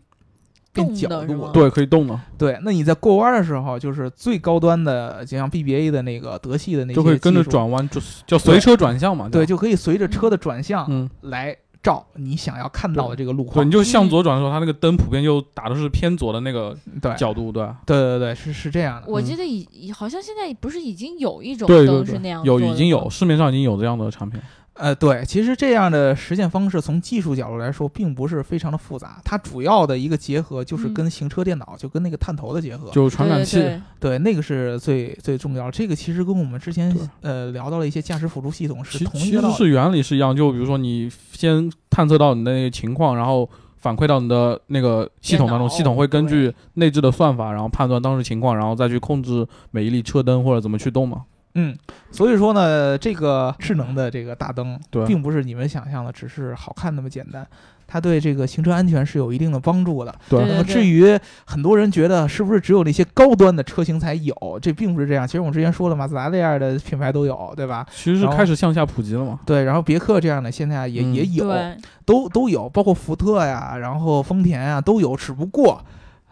Speaker 3: 变
Speaker 2: 动
Speaker 3: 角
Speaker 2: 的是
Speaker 3: 度
Speaker 2: 吗
Speaker 4: 对，可以动的，
Speaker 3: 对，那你在过弯的时候，就是最高端的，就像 BBA 的那个德系的那些，
Speaker 4: 就可以跟着，转弯，就叫随车转向嘛，
Speaker 3: 对，
Speaker 4: 就
Speaker 3: 就可以随着车的转向
Speaker 4: 嗯，
Speaker 3: 来照你想要看到的这个路
Speaker 4: 对，
Speaker 3: 况
Speaker 4: 你。
Speaker 2: 嗯
Speaker 4: 就向左转的时候，它那个灯普遍就打的是偏左的那个
Speaker 3: 对，对
Speaker 4: 角度，对，
Speaker 3: 对对，是是这样的。
Speaker 2: 我
Speaker 4: 嗯
Speaker 2: 记得以以好像现在不是已经有一种
Speaker 4: 对
Speaker 2: 灯是那
Speaker 4: 对
Speaker 2: 嗯
Speaker 4: 对
Speaker 2: 样，
Speaker 4: 有
Speaker 2: 做
Speaker 4: 已
Speaker 2: 嗯的
Speaker 4: 经
Speaker 2: 吗
Speaker 4: 有市面上已经有这样的产品，
Speaker 3: 呃，对，其实这样的实现方式从技术角度来说，并不是非常的复杂。它主要的一个结合就是
Speaker 2: 嗯
Speaker 3: 跟行车电脑，就跟那个探头的结合。
Speaker 4: 就传
Speaker 2: 对
Speaker 4: 感
Speaker 2: 对
Speaker 4: 器，
Speaker 2: 对
Speaker 3: 对，那个是最最重要的。这个其实跟我们之前
Speaker 4: 对
Speaker 3: 呃聊到了一些驾驶辅助系统是
Speaker 4: 其
Speaker 3: 同一
Speaker 4: 其
Speaker 3: 个道
Speaker 4: 实
Speaker 3: 理。
Speaker 4: 是原理是一样，就比如说你先探测到你的那个情况，然后反馈到你的那个系统当
Speaker 2: 电脑
Speaker 4: 中，系统会根据内置的算法，然后判断当时情况，然后再去控制每一粒车灯或者怎么去动嘛。
Speaker 3: 嗯，所以说呢，这个智能的这个大灯，
Speaker 4: 对
Speaker 3: 并不是你们想象的只是好看那么简单，它对这个行车安全是有一定的帮助的。
Speaker 4: 对啊
Speaker 3: 那么
Speaker 2: 对
Speaker 3: 至于很多人觉得是不是只有那些高端的车型才有，这并不是这样。其实我们之前说了，马自达这样的品牌都有，对吧？
Speaker 4: 其实是
Speaker 3: 然后
Speaker 4: 开始向下普及了嘛。
Speaker 3: 对，然后别克这样的现在也、
Speaker 4: 嗯
Speaker 3: 也有，
Speaker 2: 对
Speaker 3: 都都有，包括福特呀，然后丰田呀都有，只不过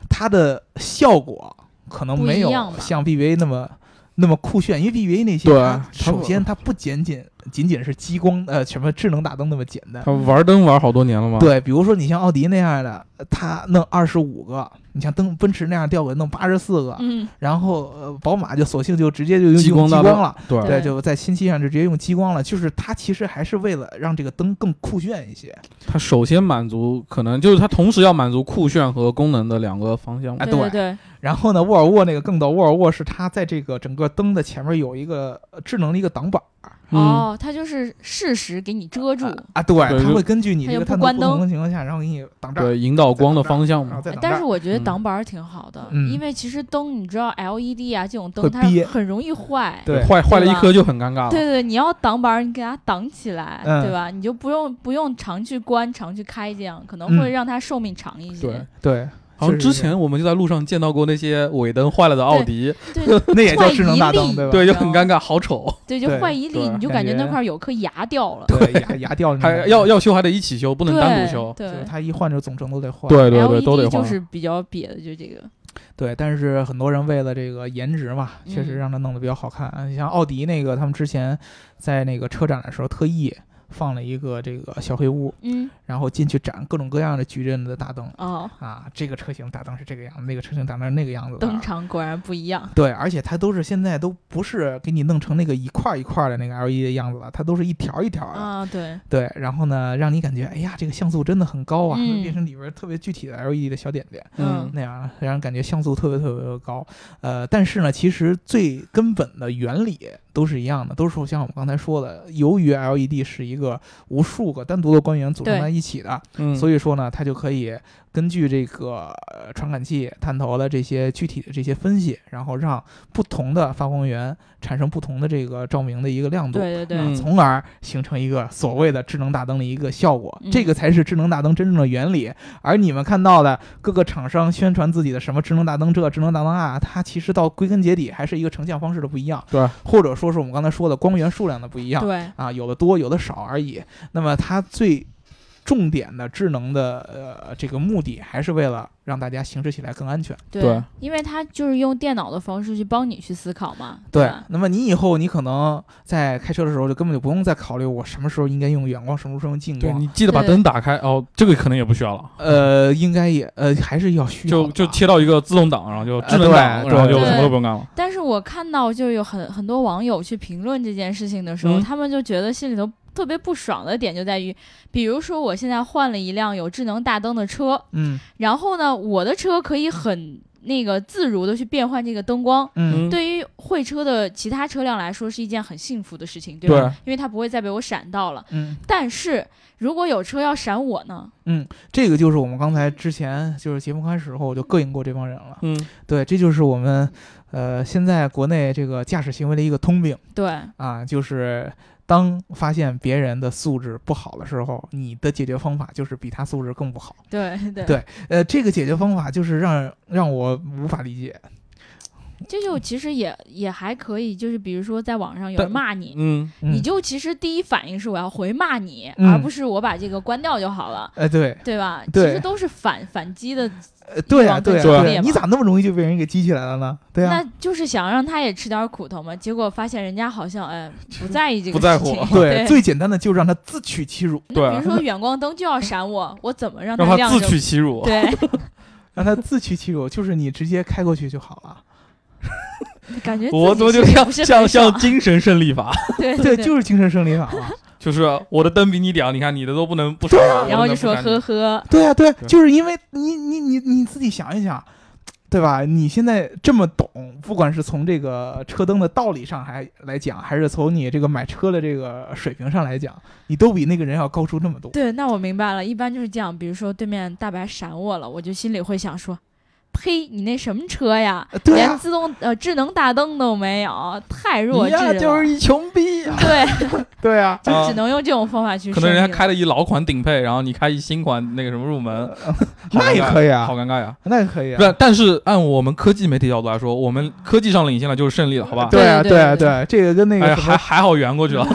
Speaker 3: 它的效果可能没
Speaker 2: 不一样
Speaker 3: 有
Speaker 2: 吧
Speaker 3: 像 BBA 那么那么酷炫，因为 BBA 那些
Speaker 4: 对啊
Speaker 3: 它
Speaker 4: 它
Speaker 3: 首先它不仅仅仅仅是激光呃什么智能大灯那么简单。
Speaker 4: 他玩灯玩好多年了嘛。，
Speaker 3: 哎对，比如说你像奥迪那样的，它弄二十五个；你像登奔驰那样吊轨弄八十四个，
Speaker 2: 嗯
Speaker 3: 然后呃宝马就索性就直接就用
Speaker 4: 激
Speaker 3: 用
Speaker 4: 光
Speaker 3: 激
Speaker 4: 大
Speaker 3: 光了，
Speaker 4: 对
Speaker 2: 对
Speaker 3: 就在新系上就直接用激光了。就是它其实还是为了让这个灯更酷炫一些。
Speaker 4: 它首先满足可能就是它同时要满足酷炫和功能的两个方向嘛。
Speaker 3: 哎
Speaker 2: 对对
Speaker 3: 对
Speaker 2: 对
Speaker 3: 然后呢，沃尔沃那个更逗，沃尔沃是它在这个整个灯的前面有一个呃智能的一个挡板儿，
Speaker 2: 儿。
Speaker 4: 嗯
Speaker 2: 哦，它就是事实给你遮住。
Speaker 3: 啊，对，
Speaker 4: 对
Speaker 3: 它
Speaker 4: 就
Speaker 3: 会根据你
Speaker 2: 它
Speaker 3: 这
Speaker 2: 就
Speaker 3: 个
Speaker 2: 不
Speaker 3: 探测
Speaker 2: 关
Speaker 3: 不同
Speaker 2: 灯
Speaker 3: 的情况下，然后给你挡这儿，
Speaker 4: 对，引导光的方向
Speaker 3: 然后
Speaker 4: 嘛。
Speaker 3: 再挡这
Speaker 2: 但
Speaker 3: 儿
Speaker 2: 是我觉得
Speaker 4: 嗯
Speaker 2: 挡板儿挺好的，
Speaker 3: 嗯
Speaker 2: 因为其实灯你知道 LED 啊这种灯
Speaker 3: 会
Speaker 2: 它
Speaker 3: 憋
Speaker 2: 很容易坏。
Speaker 3: 对
Speaker 4: 坏坏了
Speaker 2: 对
Speaker 4: 一
Speaker 2: 吧
Speaker 4: 颗就很尴尬了。
Speaker 2: 对对，你要挡板儿，你给它挡起来，
Speaker 3: 嗯
Speaker 2: 对吧？你就不用不用常去关、常去开，这样可能
Speaker 3: 嗯
Speaker 2: 会让它寿命长一些。
Speaker 4: 对
Speaker 3: 对，
Speaker 4: 好像
Speaker 3: 确实
Speaker 4: 之
Speaker 3: 是这样
Speaker 4: 前我们就在路上见到过那些尾灯坏了的奥迪，
Speaker 2: 对
Speaker 3: 那也叫
Speaker 2: 换
Speaker 3: 智能大
Speaker 2: 一
Speaker 3: 灯，
Speaker 2: 粒
Speaker 3: 对吧？
Speaker 4: 对，就很
Speaker 2: 对
Speaker 4: 尴尬，好丑。
Speaker 2: 对，就
Speaker 3: 对
Speaker 2: 坏一粒，
Speaker 4: 对
Speaker 2: 你就
Speaker 3: 感
Speaker 2: 感觉那
Speaker 3: 觉
Speaker 2: 块儿有颗牙掉了，
Speaker 3: 对，牙牙掉了那种
Speaker 4: 还
Speaker 3: 感觉，
Speaker 4: 要要修还得一起修，不能
Speaker 2: 嗯对
Speaker 4: 单独修。
Speaker 3: 就是
Speaker 2: 对
Speaker 3: 它一换就总成都得换，
Speaker 4: 对对对，都得
Speaker 2: ，LED
Speaker 4: 换
Speaker 2: 就。是比较瘪的，就这个。
Speaker 3: 对，但是很多人为了这个颜值嘛，确实
Speaker 2: 嗯
Speaker 3: 让它弄得比较好看。你像奥迪那个，他们之前在那个车展的时候特意放了一个这个小黑屋，
Speaker 2: 嗯，
Speaker 3: 然后进去展各种各样的矩阵的大灯
Speaker 2: 哦，
Speaker 3: 啊，这个车型大灯是这个样子，那个车型大灯是那个样子的。啊
Speaker 2: 登场果然不一样。
Speaker 3: 对，而且它都是现在都不是给你弄成那个一块儿一块儿的那个 LED 的样子了，它都是一条一条的。
Speaker 2: 啊，对，
Speaker 3: 对，然后呢，让你感觉哎呀，这个像素真的很高啊，
Speaker 2: 嗯
Speaker 3: 变成里边儿特别具体的 LED 的小点点。
Speaker 2: 嗯
Speaker 3: 那样啊让人感觉像素特别特别的高。呃，但是呢，其实最根本的原理都是一样的，都是像我们刚才说的，由于 LED 是一个无数个单独的光源组成
Speaker 2: 对
Speaker 3: 在一起的，
Speaker 4: 嗯，
Speaker 3: 所
Speaker 4: 以
Speaker 3: 以说呢，它就可以根据这个呃传感器探头的这些具体的这些分析，然后让不同的发光源产生不同的这个照明的一个亮度。啊
Speaker 2: 对对对
Speaker 4: 嗯，
Speaker 3: 从而形成一个所谓的智能大灯的一个效果，
Speaker 2: 嗯
Speaker 3: 这个才是智能大灯真正的原理。而你们看到的各个厂商宣传自己的什么智能大灯这、智能大灯啊，它其实到归根结底还是一个成像方式的不一样，
Speaker 4: 对，
Speaker 3: 或者说是我们刚才说的光源数量的不一样
Speaker 2: 对，
Speaker 3: 啊，有的多，有的少而已。那么它最重点的智能的呃这个目的，还是为了让大家行驶起来更安全。
Speaker 4: 对，
Speaker 2: 因为它就是用电脑的方式去帮你去思考嘛。
Speaker 3: 对
Speaker 2: 吧，
Speaker 3: 那么你以后你可能在开车的时候就根本就不用再考虑我什么时候应该用远光，什么时候用近
Speaker 4: 对
Speaker 3: 光。
Speaker 4: 你记得把
Speaker 2: 嗯对
Speaker 4: 灯打开哦，这个可能也不需要了，
Speaker 3: 呃，应该也呃还是要需要
Speaker 4: 就
Speaker 3: 的
Speaker 4: 就
Speaker 3: 吧
Speaker 4: 切到一个自动挡，然后就
Speaker 3: 呃
Speaker 4: 智能
Speaker 3: 对
Speaker 4: 挡，
Speaker 3: 对
Speaker 4: 然后就
Speaker 2: 对
Speaker 4: 什么都不用干了。
Speaker 2: 但是我看到就有很很多网友去评论这件事情的时候，
Speaker 4: 嗯
Speaker 2: 他们就觉得心里头特别不爽的点就在于，比如说我现在换了一辆有智能大灯的车，
Speaker 3: 嗯
Speaker 2: 然后呢，我的车可以很那个自如的去变换这个灯光。
Speaker 3: 嗯
Speaker 2: 对于会车的其他车辆来说是一件很幸福的事情，对吧？因
Speaker 4: 对，
Speaker 2: 为它不会再被我闪到了。
Speaker 3: 嗯，
Speaker 2: 但是如果有车要闪我呢？
Speaker 3: 这个就是我们刚才之前就是节目开始后我就膈应过这帮人了。
Speaker 4: 嗯，
Speaker 3: 对，这就是我们呃现在国内这个驾驶行为的一个通病
Speaker 2: 对
Speaker 3: 啊，就是。当发现别人的素质不好的时候，你的解决方法就是比他素质更不好。
Speaker 2: 对对
Speaker 3: 对呃，这个解决方法就是让让我无法理解。
Speaker 2: 这就其实也也还可以，就是比如说在网上有人
Speaker 4: 但
Speaker 2: 骂你，
Speaker 4: 嗯，
Speaker 3: 嗯
Speaker 2: 你就其实第一反应是我要回骂你，
Speaker 3: 嗯
Speaker 2: 而不是我把这个关掉就好了，
Speaker 3: 呃，对，
Speaker 2: 对吧？
Speaker 3: 对
Speaker 2: 其实都是反反击的，
Speaker 3: 呃，对啊，
Speaker 2: 往更
Speaker 3: 对啊，
Speaker 4: 激
Speaker 3: 对
Speaker 2: 烈
Speaker 3: 啊，
Speaker 2: 嘛
Speaker 3: 你咋那么容易就被人给激起来了呢？对啊
Speaker 2: 那，就是想让他也吃点苦头嘛。结果发现人家好像哎不在意这个
Speaker 4: 不在
Speaker 2: 事
Speaker 4: 乎
Speaker 2: 情，
Speaker 3: 对，最简单的就是让他自取其辱，
Speaker 2: 那比
Speaker 4: 对啊
Speaker 2: 如，说远光灯就要闪我，我怎么让
Speaker 4: 让
Speaker 2: 它
Speaker 4: 他
Speaker 2: 亮
Speaker 4: 自
Speaker 2: 着？
Speaker 4: 取其辱。
Speaker 2: 对，
Speaker 3: 让他自取其辱，就是你直接开过去就好了。
Speaker 2: 感觉
Speaker 4: 我
Speaker 2: 自
Speaker 4: 怎
Speaker 2: 己心
Speaker 4: 么就
Speaker 2: 里
Speaker 4: 像
Speaker 2: 不是
Speaker 4: 像
Speaker 2: 很爽
Speaker 4: 像精神胜利法？
Speaker 2: 对
Speaker 3: 对，
Speaker 2: 对，
Speaker 3: 就是精神胜利法嘛。
Speaker 4: 就是我的灯比你屌，你看你的都不能不闪我，
Speaker 2: 然后就说
Speaker 4: 我的灯
Speaker 2: 呵
Speaker 4: 不闪
Speaker 2: 呵，
Speaker 3: 对啊，对啊，
Speaker 4: 对
Speaker 3: 就是因为你你你你自己想一想，对吧？你现在这么懂，不管是从这个车灯的道理上还来讲，还是从你这个买车的这个水平上来讲，你都比那个人要高出那么多。
Speaker 2: 对，那我明白了，一般就是这样。比如说对面大白闪我了，我就心里会想说，呸，你那什么车呀？
Speaker 3: 呃对
Speaker 2: 连
Speaker 3: 啊，
Speaker 2: 自动呃智能大灯都没有，太
Speaker 4: 你，
Speaker 2: 弱智
Speaker 4: 呀
Speaker 2: 了。
Speaker 4: 就是一穷逼啊。
Speaker 2: 对，
Speaker 3: 对啊。
Speaker 2: 就
Speaker 4: 啊
Speaker 2: 只能用这种方法去。
Speaker 4: 可能人家开，了一老款顶配，然后你开一新款那个什么入门，
Speaker 3: 呃
Speaker 4: 好
Speaker 3: 那也
Speaker 4: 尴尬
Speaker 3: 可以啊
Speaker 4: 好，尴尬呀。
Speaker 3: 那也可以啊。
Speaker 4: 但但是按我们科技媒体角度来说，我们科技上领先了就是胜利了，好吧？
Speaker 3: 对啊，
Speaker 2: 对
Speaker 3: 对啊，
Speaker 2: 对
Speaker 3: 对啊，这个跟那
Speaker 4: 哎
Speaker 3: 个
Speaker 4: 呀，
Speaker 3: 什
Speaker 4: 还
Speaker 3: 么，
Speaker 4: 还好圆过去了。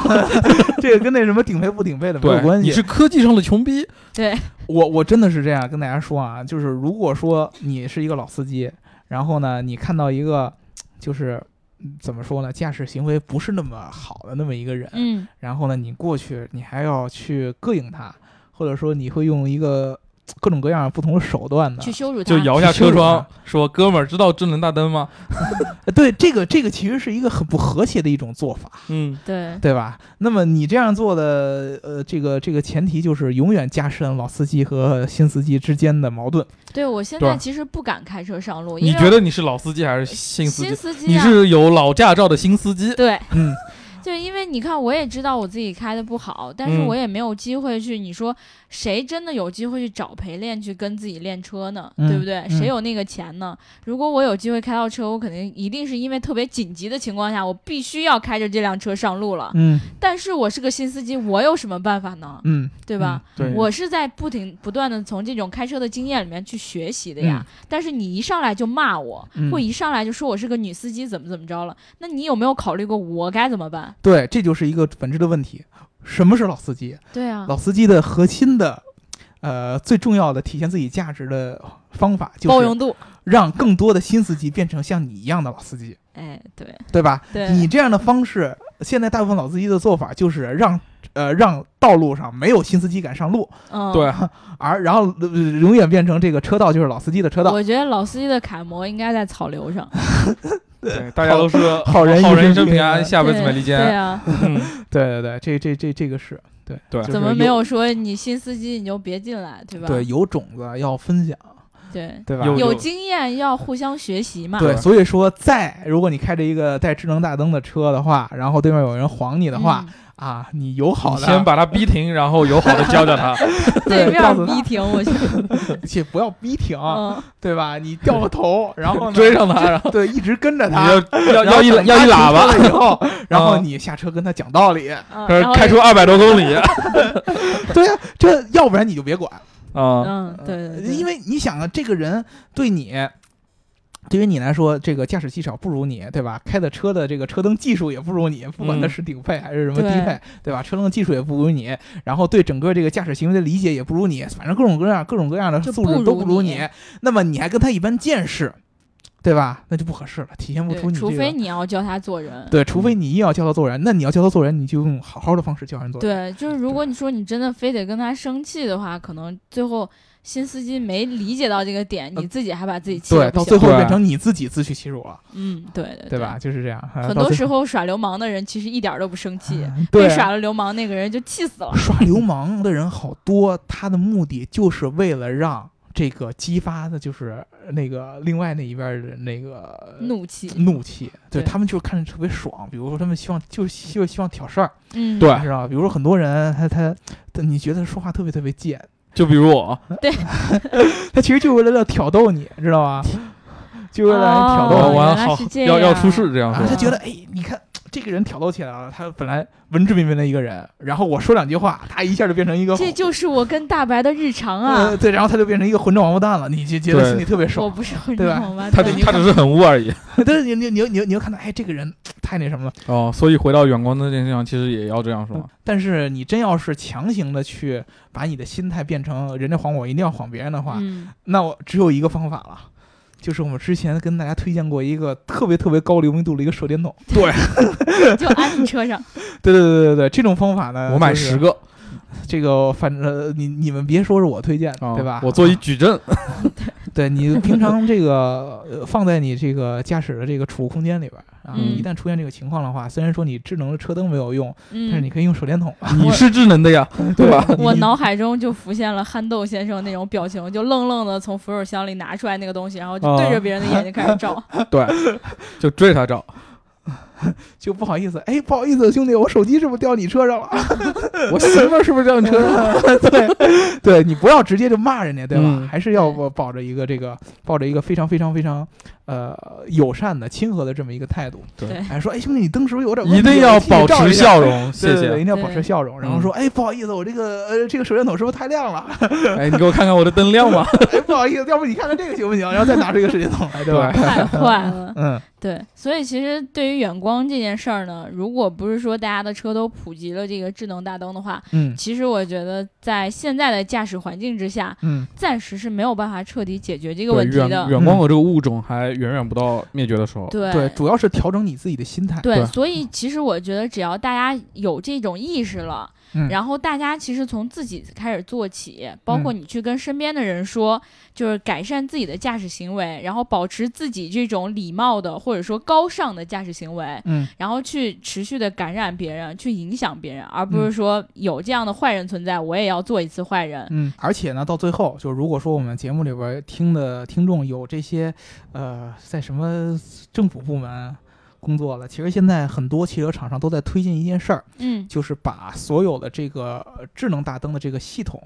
Speaker 3: 这个跟那什么顶配不顶配的没 有
Speaker 4: 对，
Speaker 3: 关系。
Speaker 4: 你是科技上的穷逼。
Speaker 2: 对
Speaker 3: 我我真的是这样跟大家说啊，就是如果说你是一个老司机，然后呢，你看到一个就是嗯怎么说呢，驾驶行为不是那么好的那么一个人，
Speaker 2: 嗯，
Speaker 3: 然后呢，你过去你还要去膈应他，或者说你会用一个各种各样不同的手段呢
Speaker 2: 去，羞辱他，
Speaker 4: 就摇下车窗
Speaker 3: 啊是
Speaker 4: 说：“哥们儿，知道智能大灯吗
Speaker 3: 呃对这个这个其实是一个很不和谐的一种做法。？”
Speaker 4: 嗯，
Speaker 2: 对
Speaker 3: 对吧？那么你这样做的，呃，这个这个前提就是永远加深老司机和新司机之间的矛盾。
Speaker 2: 对，我现在
Speaker 4: 对
Speaker 2: 其实不敢开车上路，
Speaker 4: 你
Speaker 2: 因为
Speaker 4: 觉得你是老司机还是新司
Speaker 2: 新
Speaker 4: 机？
Speaker 2: 司机
Speaker 4: 你
Speaker 2: 啊？
Speaker 4: 是有老驾照的新司机。
Speaker 2: 对，
Speaker 3: 嗯，
Speaker 2: 对，因为你看，我也知道我自己开的不好，但是
Speaker 4: 嗯
Speaker 2: 我也没有机会去。你说谁真的有机会去找陪练去跟自己练车呢？
Speaker 3: 嗯
Speaker 2: 对不对？
Speaker 3: 嗯
Speaker 2: 谁有那个钱呢？如果我有机会开到车，我肯定一定是因为特别紧急的情况下，我必须要开着这辆车上路了。
Speaker 3: 嗯
Speaker 2: 但是我是个新司机，我有什么办法呢？
Speaker 3: 嗯，
Speaker 2: 对吧？
Speaker 4: 对
Speaker 2: 我是在不停不断的从这种开车的经验里面去学习的呀。但是你一上来就骂我，
Speaker 3: 嗯
Speaker 2: 或一上来就说我是个女司机，怎么怎么着了？那你有没有考虑过我该怎么办？
Speaker 3: 对，这就是一个本质的问题。什么是老司机？
Speaker 2: 对啊，
Speaker 3: 老司机的核心的，呃，最重要的体现自己价值的方法，就
Speaker 2: 包
Speaker 3: 是
Speaker 2: 容度，
Speaker 3: 让更多的新司机变成像你一样的老司机，
Speaker 2: 哎，对
Speaker 3: 对吧？
Speaker 2: 对，
Speaker 3: 你这样的方式，现在大部分老司机的做法就是让呃让道路上没有新司机敢上路，
Speaker 2: 嗯，
Speaker 4: 对，
Speaker 3: 而然后、呃永远变成这个车道就是老司机的车道。
Speaker 2: 我觉得老司机的楷模应该在草榴 上，
Speaker 4: 对，大家都是
Speaker 3: 好人
Speaker 4: 好
Speaker 3: 一
Speaker 4: 人
Speaker 3: 生
Speaker 4: 一生平
Speaker 3: 平
Speaker 4: 安，
Speaker 3: 安
Speaker 4: 下辈子
Speaker 2: 对
Speaker 4: 美利
Speaker 2: 对
Speaker 4: 坚。
Speaker 2: 啊，
Speaker 4: 嗯
Speaker 3: 对对对，这这这这个是对
Speaker 4: 对
Speaker 3: 就是
Speaker 2: 怎么没
Speaker 3: 有
Speaker 2: 有说你新司机你就别进来，对吧？
Speaker 3: 对
Speaker 2: 对
Speaker 3: 有种子要分享，对吧？
Speaker 4: 有
Speaker 2: 有经验要互相学习嘛。嗯
Speaker 3: 对，所以说在如果你开着一个带智能大灯的车的话，然后对面有人晃你的话、
Speaker 2: 嗯
Speaker 3: 啊，你友好
Speaker 4: 你
Speaker 3: 的
Speaker 4: 先把他逼停，然后友好的教 教他。
Speaker 2: 对
Speaker 3: 对告诉
Speaker 2: 面
Speaker 3: 他
Speaker 2: 逼停，我去，
Speaker 3: 且不要逼停，
Speaker 2: 嗯，
Speaker 3: 对吧？你掉个头，然后呢
Speaker 4: 追上他，然后
Speaker 3: 对，一直跟着
Speaker 4: 你
Speaker 3: 他，
Speaker 4: 要要
Speaker 3: 然后
Speaker 4: 要一
Speaker 3: 等
Speaker 4: 要一
Speaker 3: 他
Speaker 4: 喇叭
Speaker 3: 停，车了以后， 然后
Speaker 4: 啊
Speaker 3: 你下车跟他讲道理。
Speaker 2: 嗯
Speaker 4: 他
Speaker 2: 然
Speaker 4: 说
Speaker 2: 后
Speaker 4: 开出二百多公里
Speaker 3: 对呀、这要不然你就别管，
Speaker 4: 啊，
Speaker 2: 嗯，对对对，
Speaker 3: 因
Speaker 2: 为
Speaker 3: 为你想啊，这个人对你。对于你来说，这个驾驶技巧不如你，对吧？开的车的这个车灯技术也不如你，不管它
Speaker 4: 嗯
Speaker 3: 是顶配还是什么低
Speaker 2: 对
Speaker 3: 配，对吧？车灯技术也不如你，然后对整个这个驾驶行为的理解也不如你，反正各种各样、各种各样的
Speaker 2: 就
Speaker 3: 素
Speaker 2: 不
Speaker 3: 质
Speaker 2: 如
Speaker 3: 都不如
Speaker 2: 你
Speaker 3: 你。那么你还跟他一般见识，对吧？那就不合适了，体现不出你、这
Speaker 2: 除
Speaker 3: 个。
Speaker 2: 非你要教他做人。
Speaker 3: 对，除非你硬要教他做人，那你要教他做人，你就用好好的方式教人做人。
Speaker 2: 对，就是如果你说你真的非得跟他生气的话，可能最后新司机没理解到这个点，你自己还把自己气得不
Speaker 3: 到
Speaker 2: 行
Speaker 3: 最后
Speaker 4: 对
Speaker 3: 变成你自己自取其辱了，
Speaker 2: 嗯，对对
Speaker 3: 对吧？？就是这样。啊
Speaker 2: 很
Speaker 3: 到
Speaker 2: 多
Speaker 3: 最
Speaker 2: 时候耍流氓的人其实一点儿都不生气，
Speaker 3: 对
Speaker 2: 被耍了流氓那个人就气死了。
Speaker 3: 耍啊流氓的人好多，他的目的就是为了让这个激发的，就是那个另外那一边儿的那个
Speaker 2: 怒气，
Speaker 3: 怒气，对
Speaker 2: 对
Speaker 3: 他们就是看着特别爽。比如说，他们希望就是希望希望挑事儿，
Speaker 2: 嗯，
Speaker 4: 对
Speaker 3: 知道吧？比如说，很多人他他他，你觉得说话特别特别贱，
Speaker 4: 就比如我，
Speaker 3: 他其实就为了要挑逗你，知道吗？就为了挑
Speaker 2: 哦
Speaker 3: 逗
Speaker 4: 我
Speaker 3: 你。
Speaker 4: 我
Speaker 2: 原来
Speaker 4: 好
Speaker 2: 是这
Speaker 4: 要要
Speaker 2: 样
Speaker 4: 出事这样
Speaker 3: 啊，
Speaker 4: 说
Speaker 3: 他，觉得哎，你看这个人挑逗起来了，他本来文质彬彬的一个人，然后我说两句话，他一下就变成一个
Speaker 2: 这就是我跟大白的日常啊
Speaker 3: 呃，。对，然后他就变成一个混账王八蛋了，你就觉得
Speaker 4: 对
Speaker 3: 心里特别
Speaker 2: 我
Speaker 3: 爽。
Speaker 2: 不是很
Speaker 3: 对吧
Speaker 2: 懂吧？
Speaker 4: 他
Speaker 2: 对
Speaker 4: 他只是很污而已。
Speaker 3: 但是你你你你你又看到哎，这个人太那什么了。
Speaker 4: 哦，所以回到远光灯这件事情上，其实也要这样说。
Speaker 3: 但是你真要是强行的去把你的心态变成人家晃我一定要晃别人的话，
Speaker 2: 嗯，
Speaker 3: 那我只有一个方法了。就是我们之前跟大家推荐过一个特别特别高流明度的一个手电筒，对
Speaker 2: 就安你车 上，
Speaker 3: 对对对对对，这种方法呢，
Speaker 4: 我
Speaker 3: 嗯
Speaker 4: 买
Speaker 3: 就是
Speaker 4: 十个，
Speaker 3: 这个，反正你你们别说是我推荐的，
Speaker 4: 啊
Speaker 3: 对吧？
Speaker 4: 我做一矩 阵，
Speaker 3: 对你平常这个呃放在你这个驾驶的这个储物空间里边儿啊，
Speaker 2: 嗯
Speaker 3: 一旦出现这个情况的话，虽然说你智能的车灯没有用，但是
Speaker 2: 嗯
Speaker 3: 你，可以用手电筒，啊
Speaker 4: 你是智能的呀，对吧？
Speaker 2: 我
Speaker 3: 你
Speaker 2: 脑海中就浮现了憨豆先生那种表情，就愣愣的从扶手箱里拿出来那个东西，然后就
Speaker 3: 哦
Speaker 2: 对着别人的眼睛开始照。
Speaker 4: 对，就追他照。
Speaker 3: 就不好意思，哎，不好意思，兄弟，我手机是不是掉你车上了？
Speaker 4: 我媳妇儿是不是这样车上？
Speaker 3: 对，对你不要直接就骂人家，对吧？
Speaker 4: 嗯
Speaker 3: 还是要
Speaker 2: 对
Speaker 3: 抱着一个这个抱着一个非常非常非常呃友善的、亲和的这么一个态度，
Speaker 4: 对
Speaker 3: 哎，说哎兄弟，你灯是不是有点问题？
Speaker 4: 一定要
Speaker 3: 我替你
Speaker 4: 保
Speaker 3: 照一
Speaker 4: 持
Speaker 3: 下
Speaker 4: 笑
Speaker 3: 对
Speaker 4: 容，谢啊
Speaker 3: 对对，一
Speaker 4: 谢。
Speaker 3: 定要保持
Speaker 2: 对
Speaker 3: 笑容，然后说，哎，不好意思，我这个呃这个手电筒是不是太亮了？
Speaker 4: 哎，你给我看看我的灯亮吗？
Speaker 3: 哎，不好意思，要不你看看这个行不 行？然后再拿出一个手电筒哎来，对吧？
Speaker 2: 太坏了。
Speaker 3: 嗯，
Speaker 2: 对，所以其实对于远光这件事儿呢，如果不是说大家的车都普及了这个智能大灯的话，
Speaker 3: 嗯
Speaker 2: 其实我觉得在现在的驾驶环境之下，
Speaker 3: 嗯，
Speaker 2: 暂时是没有办法彻底解决这个
Speaker 4: 对，
Speaker 2: 问题
Speaker 4: 远
Speaker 2: 的。
Speaker 4: 远光狗这个物种还远远不到灭绝的时候。
Speaker 2: 对
Speaker 3: 对，主要是调整你自己的心态。
Speaker 2: 对，
Speaker 4: 对
Speaker 2: 所以其实我觉得，只要大家有这种意识了，
Speaker 3: 嗯
Speaker 2: 然后大家其实从自己开始做起，包括你去跟身边的人说，就是改善自己的驾驶行为，然后保持自己这种礼貌的或者说高尚的驾驶行为，
Speaker 3: 嗯，
Speaker 2: 然后去持续的感染别人，去影响别人，而不是说有这样的坏人存在，我也要做一次坏人。
Speaker 3: 嗯，而且呢，到最后，就如果说我们节目里边听的听众有这些，呃，在什么政府部门工作了。其实现在很多汽车厂商都在推进一件事儿，
Speaker 2: 嗯
Speaker 3: 就是把所有的这个呃智能大灯的这个系统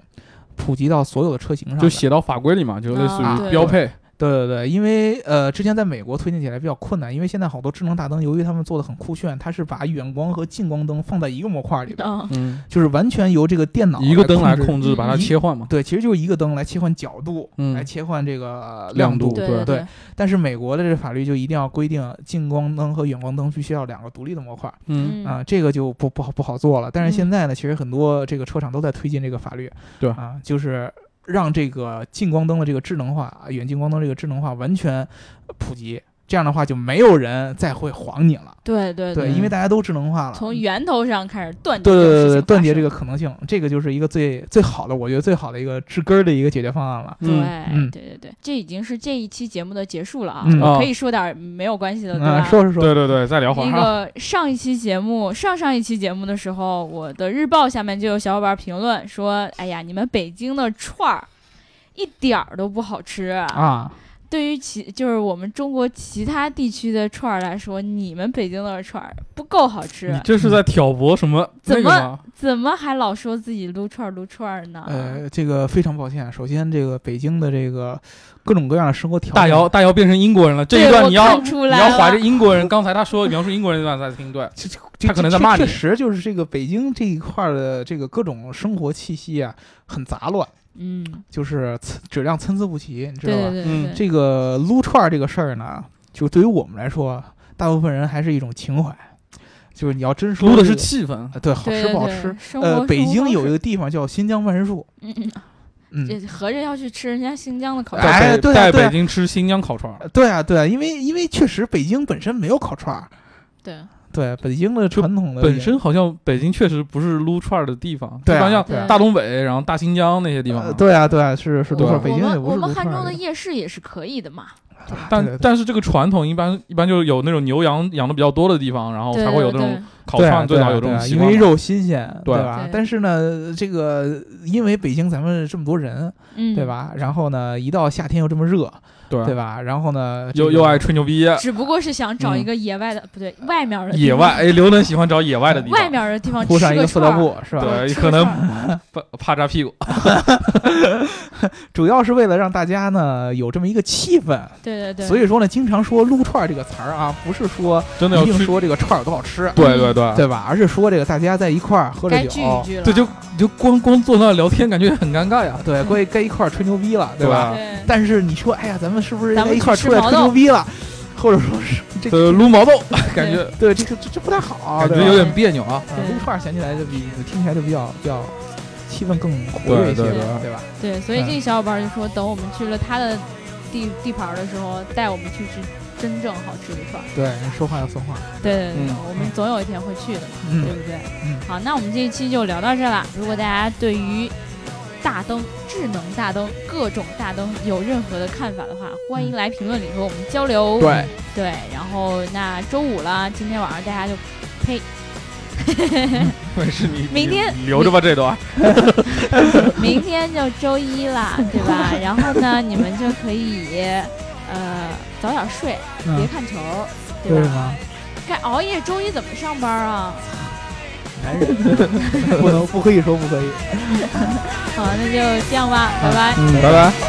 Speaker 3: 普及到所有的车型上来。
Speaker 4: 就写到法规里嘛，就类似
Speaker 2: 啊
Speaker 4: 于
Speaker 2: 对
Speaker 4: 标配。
Speaker 3: 对对对，因为呃，之前在美国推进起来比较困难，因为现在好多智能大灯，由于他们做的很酷炫，它是把远光和近光灯放在一个模块里边，
Speaker 2: 嗯
Speaker 4: 嗯，
Speaker 3: 就是完全由这个电嗯脑
Speaker 4: 一个灯来
Speaker 3: 控制
Speaker 4: 控制，把它
Speaker 3: 一
Speaker 4: 切换嘛。
Speaker 3: 对，其实就是一个灯来切换角度，
Speaker 4: 嗯
Speaker 3: 来切换这个呃
Speaker 4: 亮
Speaker 3: 亮
Speaker 4: 度
Speaker 2: 对
Speaker 4: 对
Speaker 2: 对，
Speaker 3: 但是美国的这法律就一定要规定，近光灯和远光灯必须要两个独立的模块啊、
Speaker 4: 嗯，
Speaker 2: 嗯
Speaker 3: 这个就不不好不好做了。但是现
Speaker 2: 嗯
Speaker 3: 在呢，其实很多这个车厂都在推进这个法律，
Speaker 4: 对
Speaker 3: 啊、就是让这个近光灯的这个智能化、啊远近光灯这个智能化完全普及。这样的话，就没有人再会晃你了，
Speaker 2: 对对
Speaker 3: 对，
Speaker 2: 对，
Speaker 3: 因为大家都智能化了，
Speaker 2: 从源头上开始断绝
Speaker 3: 对
Speaker 2: 这种
Speaker 3: 对
Speaker 2: 事
Speaker 3: 对
Speaker 2: 情
Speaker 3: 对，
Speaker 2: 发
Speaker 3: 断绝这
Speaker 2: 生
Speaker 3: 个可能性，这个就是一个最最好的，我觉得最好的一个治根儿的一个解决方案了。
Speaker 4: 嗯，
Speaker 2: 对
Speaker 3: 嗯
Speaker 2: 对对对，这已经是这一期节目的结束了啊！
Speaker 3: 嗯
Speaker 2: 我
Speaker 4: 啊
Speaker 2: 可以说点儿没有关系的，对吧？
Speaker 3: 嗯，说是说，
Speaker 4: 对对对，再聊会儿
Speaker 2: 那
Speaker 4: 哈。
Speaker 2: 个上一期节目、上上一期节目的时候，我的日报下面就有小伙伴评论说：“哎呀，你们北京的串儿一点儿都不好吃。
Speaker 3: 啊，
Speaker 2: 对于其就是我们中国其他地区的串儿来说，你们北京的串儿不够好吃
Speaker 4: 你，这是在挑拨什么那
Speaker 2: 怎
Speaker 4: 个
Speaker 2: 么
Speaker 4: 吗？
Speaker 2: 怎么还老说自己撸串儿撸串儿呢？
Speaker 3: 呃，这个非常抱歉。首先，这个北京的这个各种各样的生活条件，
Speaker 4: 大姚，大姚变成英国人了，这
Speaker 2: 对
Speaker 4: 一段
Speaker 2: 我
Speaker 4: 你要
Speaker 2: 看出
Speaker 4: 你
Speaker 2: 来
Speaker 4: 要怀
Speaker 2: 了
Speaker 4: 着英国人刚才他说描述英国人那段才听 对。
Speaker 3: 这这这
Speaker 4: 他可能在骂
Speaker 3: 确
Speaker 4: 你
Speaker 3: 确实就是这个北京这一块儿的这个各种生活气息啊，很杂乱，
Speaker 2: 嗯，
Speaker 3: 就是参质量参差不齐，你知
Speaker 2: 对
Speaker 3: 道吧？
Speaker 2: 对对
Speaker 4: 嗯
Speaker 2: 对，
Speaker 3: 这个撸串儿这个事儿呢，就对于我们来说，大部分人还是一种情怀，就是你要真说
Speaker 4: 撸的
Speaker 3: 这
Speaker 4: 是
Speaker 3: 个
Speaker 4: 气氛，
Speaker 3: 呃对好
Speaker 2: 对
Speaker 3: 吃
Speaker 2: 对
Speaker 3: 不好
Speaker 2: 对
Speaker 3: 吃。
Speaker 2: 生活
Speaker 3: 呃，北
Speaker 2: 生活
Speaker 3: 京
Speaker 2: 方
Speaker 3: 有
Speaker 2: 式
Speaker 3: 一个地方叫新疆万人树，
Speaker 2: 嗯嗯，
Speaker 3: 嗯，
Speaker 2: 这合着要去吃人家新疆的烤串儿，
Speaker 3: 哎
Speaker 4: 在
Speaker 3: 对
Speaker 4: 北
Speaker 3: 啊
Speaker 4: 在
Speaker 3: 对啊
Speaker 4: 北京吃新疆烤串儿，
Speaker 3: 呃对啊，对啊，因为因为确实北京本身没有烤串儿，
Speaker 2: 对，
Speaker 3: 对，北京的传统的
Speaker 4: 本
Speaker 3: 饮
Speaker 4: 身好像北京确实不是撸串儿的地方，
Speaker 3: 对啊
Speaker 4: 一般
Speaker 2: 对啊
Speaker 4: 像大东北，然后大新疆那些地
Speaker 3: 呃
Speaker 4: 方。
Speaker 3: 对啊，对啊，是是
Speaker 2: 我
Speaker 3: 多
Speaker 4: 对
Speaker 3: 少
Speaker 2: 们
Speaker 4: 吧
Speaker 3: 北京也不
Speaker 2: 我
Speaker 3: 是
Speaker 2: 们汉
Speaker 3: 撸串
Speaker 2: 中
Speaker 3: 儿
Speaker 2: 的
Speaker 3: 的
Speaker 2: 夜市也是可以的嘛，
Speaker 3: 啊对
Speaker 4: 但
Speaker 3: 对
Speaker 4: 但是这个传统一般一般就是有那种牛羊养的比较多的地方，
Speaker 3: 哦
Speaker 4: 然后
Speaker 2: 对
Speaker 4: 才会有这
Speaker 2: 对
Speaker 4: 种
Speaker 2: 对
Speaker 4: 烤
Speaker 3: 对啊
Speaker 4: 串，最
Speaker 3: 对啊
Speaker 4: 早有这
Speaker 3: 对
Speaker 4: 种
Speaker 3: 啊
Speaker 4: 习
Speaker 3: 因
Speaker 4: 惯
Speaker 3: 为
Speaker 4: 嘛。
Speaker 3: 肉新鲜，
Speaker 4: 对
Speaker 3: 吧
Speaker 2: 对？
Speaker 3: 但是呢，这个因为北京咱们这么多人，
Speaker 2: 嗯，
Speaker 3: 对？吧？然后呢，一到夏天又这么热，
Speaker 4: 对啊
Speaker 3: 对吧？然后呢，这
Speaker 4: 又
Speaker 3: 个
Speaker 4: 又爱吹牛 逼，
Speaker 2: 只不过是想
Speaker 3: 嗯
Speaker 2: 找一个野外的，不对，外面儿的地
Speaker 4: 野
Speaker 2: 方
Speaker 4: 外，哎，刘能喜欢找野外的地方，
Speaker 2: 外面儿的地方
Speaker 3: 铺
Speaker 2: 吃
Speaker 3: 上一
Speaker 2: 个
Speaker 3: 哦个塑料
Speaker 2: 串儿，
Speaker 3: 布，是吧？
Speaker 4: 对，
Speaker 2: 吃个
Speaker 4: 可能
Speaker 2: 串
Speaker 4: 怕怕 扎屁股。
Speaker 3: 主要是为了让大家呢有这么一个气氛，
Speaker 2: 对对对，
Speaker 3: 所以说呢，经常说撸串儿这个词儿啊，不是说
Speaker 4: 真的要
Speaker 3: 一定
Speaker 4: 去，
Speaker 3: 说这个串儿有多好吃，
Speaker 4: 对对对，
Speaker 3: 对吧？而是说这个大家在一块儿喝着
Speaker 2: 该聚一
Speaker 3: 酒，
Speaker 2: 聚了，
Speaker 4: 这就就光光坐那儿聊天，感觉很尴尬呀。
Speaker 3: 对，
Speaker 2: 嗯
Speaker 3: 该该一块儿吹牛逼了，
Speaker 4: 对啊
Speaker 3: 吧？
Speaker 4: 吧
Speaker 2: 对
Speaker 3: 但是你说，哎呀，咱们是不是
Speaker 2: 咱
Speaker 3: 该
Speaker 2: 们
Speaker 3: 一块儿
Speaker 2: 去吃
Speaker 3: 出来
Speaker 2: 毛
Speaker 3: 吹
Speaker 2: 豆
Speaker 3: 牛逼了？或者说是这个
Speaker 4: 对，呃撸毛豆，感觉
Speaker 3: 对这个这这不太好，
Speaker 4: 感
Speaker 3: 对
Speaker 4: 觉
Speaker 3: 吧
Speaker 4: 有点别扭 啊。
Speaker 3: 啊撸串儿想起来就比听起来就比较比较气氛更活跃
Speaker 4: 对
Speaker 3: 一些，
Speaker 4: 对
Speaker 2: 对
Speaker 3: 对吧？
Speaker 2: 对，所以
Speaker 3: 嗯
Speaker 2: 这个小伙伴儿就说，等我们去了他的地地盘儿的时候，带我们去吃真正好吃的串儿。
Speaker 3: 对，说话要算话，
Speaker 2: 对对对，对
Speaker 4: 嗯
Speaker 2: 我们总有一天会去的嘛，
Speaker 3: 嗯
Speaker 2: 对不对？
Speaker 3: 嗯
Speaker 2: 好，那我们这一期就聊到这儿了。如果大家对于大灯、智能大灯、各种大灯有任何的看法的话，欢迎来评论里和我们交流。
Speaker 3: 对，
Speaker 2: 对，然后那周五了，今天晚上大家就呸，
Speaker 4: 没事，你
Speaker 2: 明天
Speaker 4: 你留着吧这段。
Speaker 2: 明天就周一 了，对吧？然后呢，你们就可以呃早点睡，别
Speaker 3: 嗯，
Speaker 2: 看球，
Speaker 3: 为
Speaker 2: 对
Speaker 3: 什
Speaker 2: 吧？
Speaker 3: 么？
Speaker 2: 该熬夜，周一怎么上班啊？
Speaker 3: 男人不能不可以说不可以，
Speaker 2: 好，那就这样吧，拜拜。
Speaker 3: 嗯，拜拜。
Speaker 1: Oh, Oh,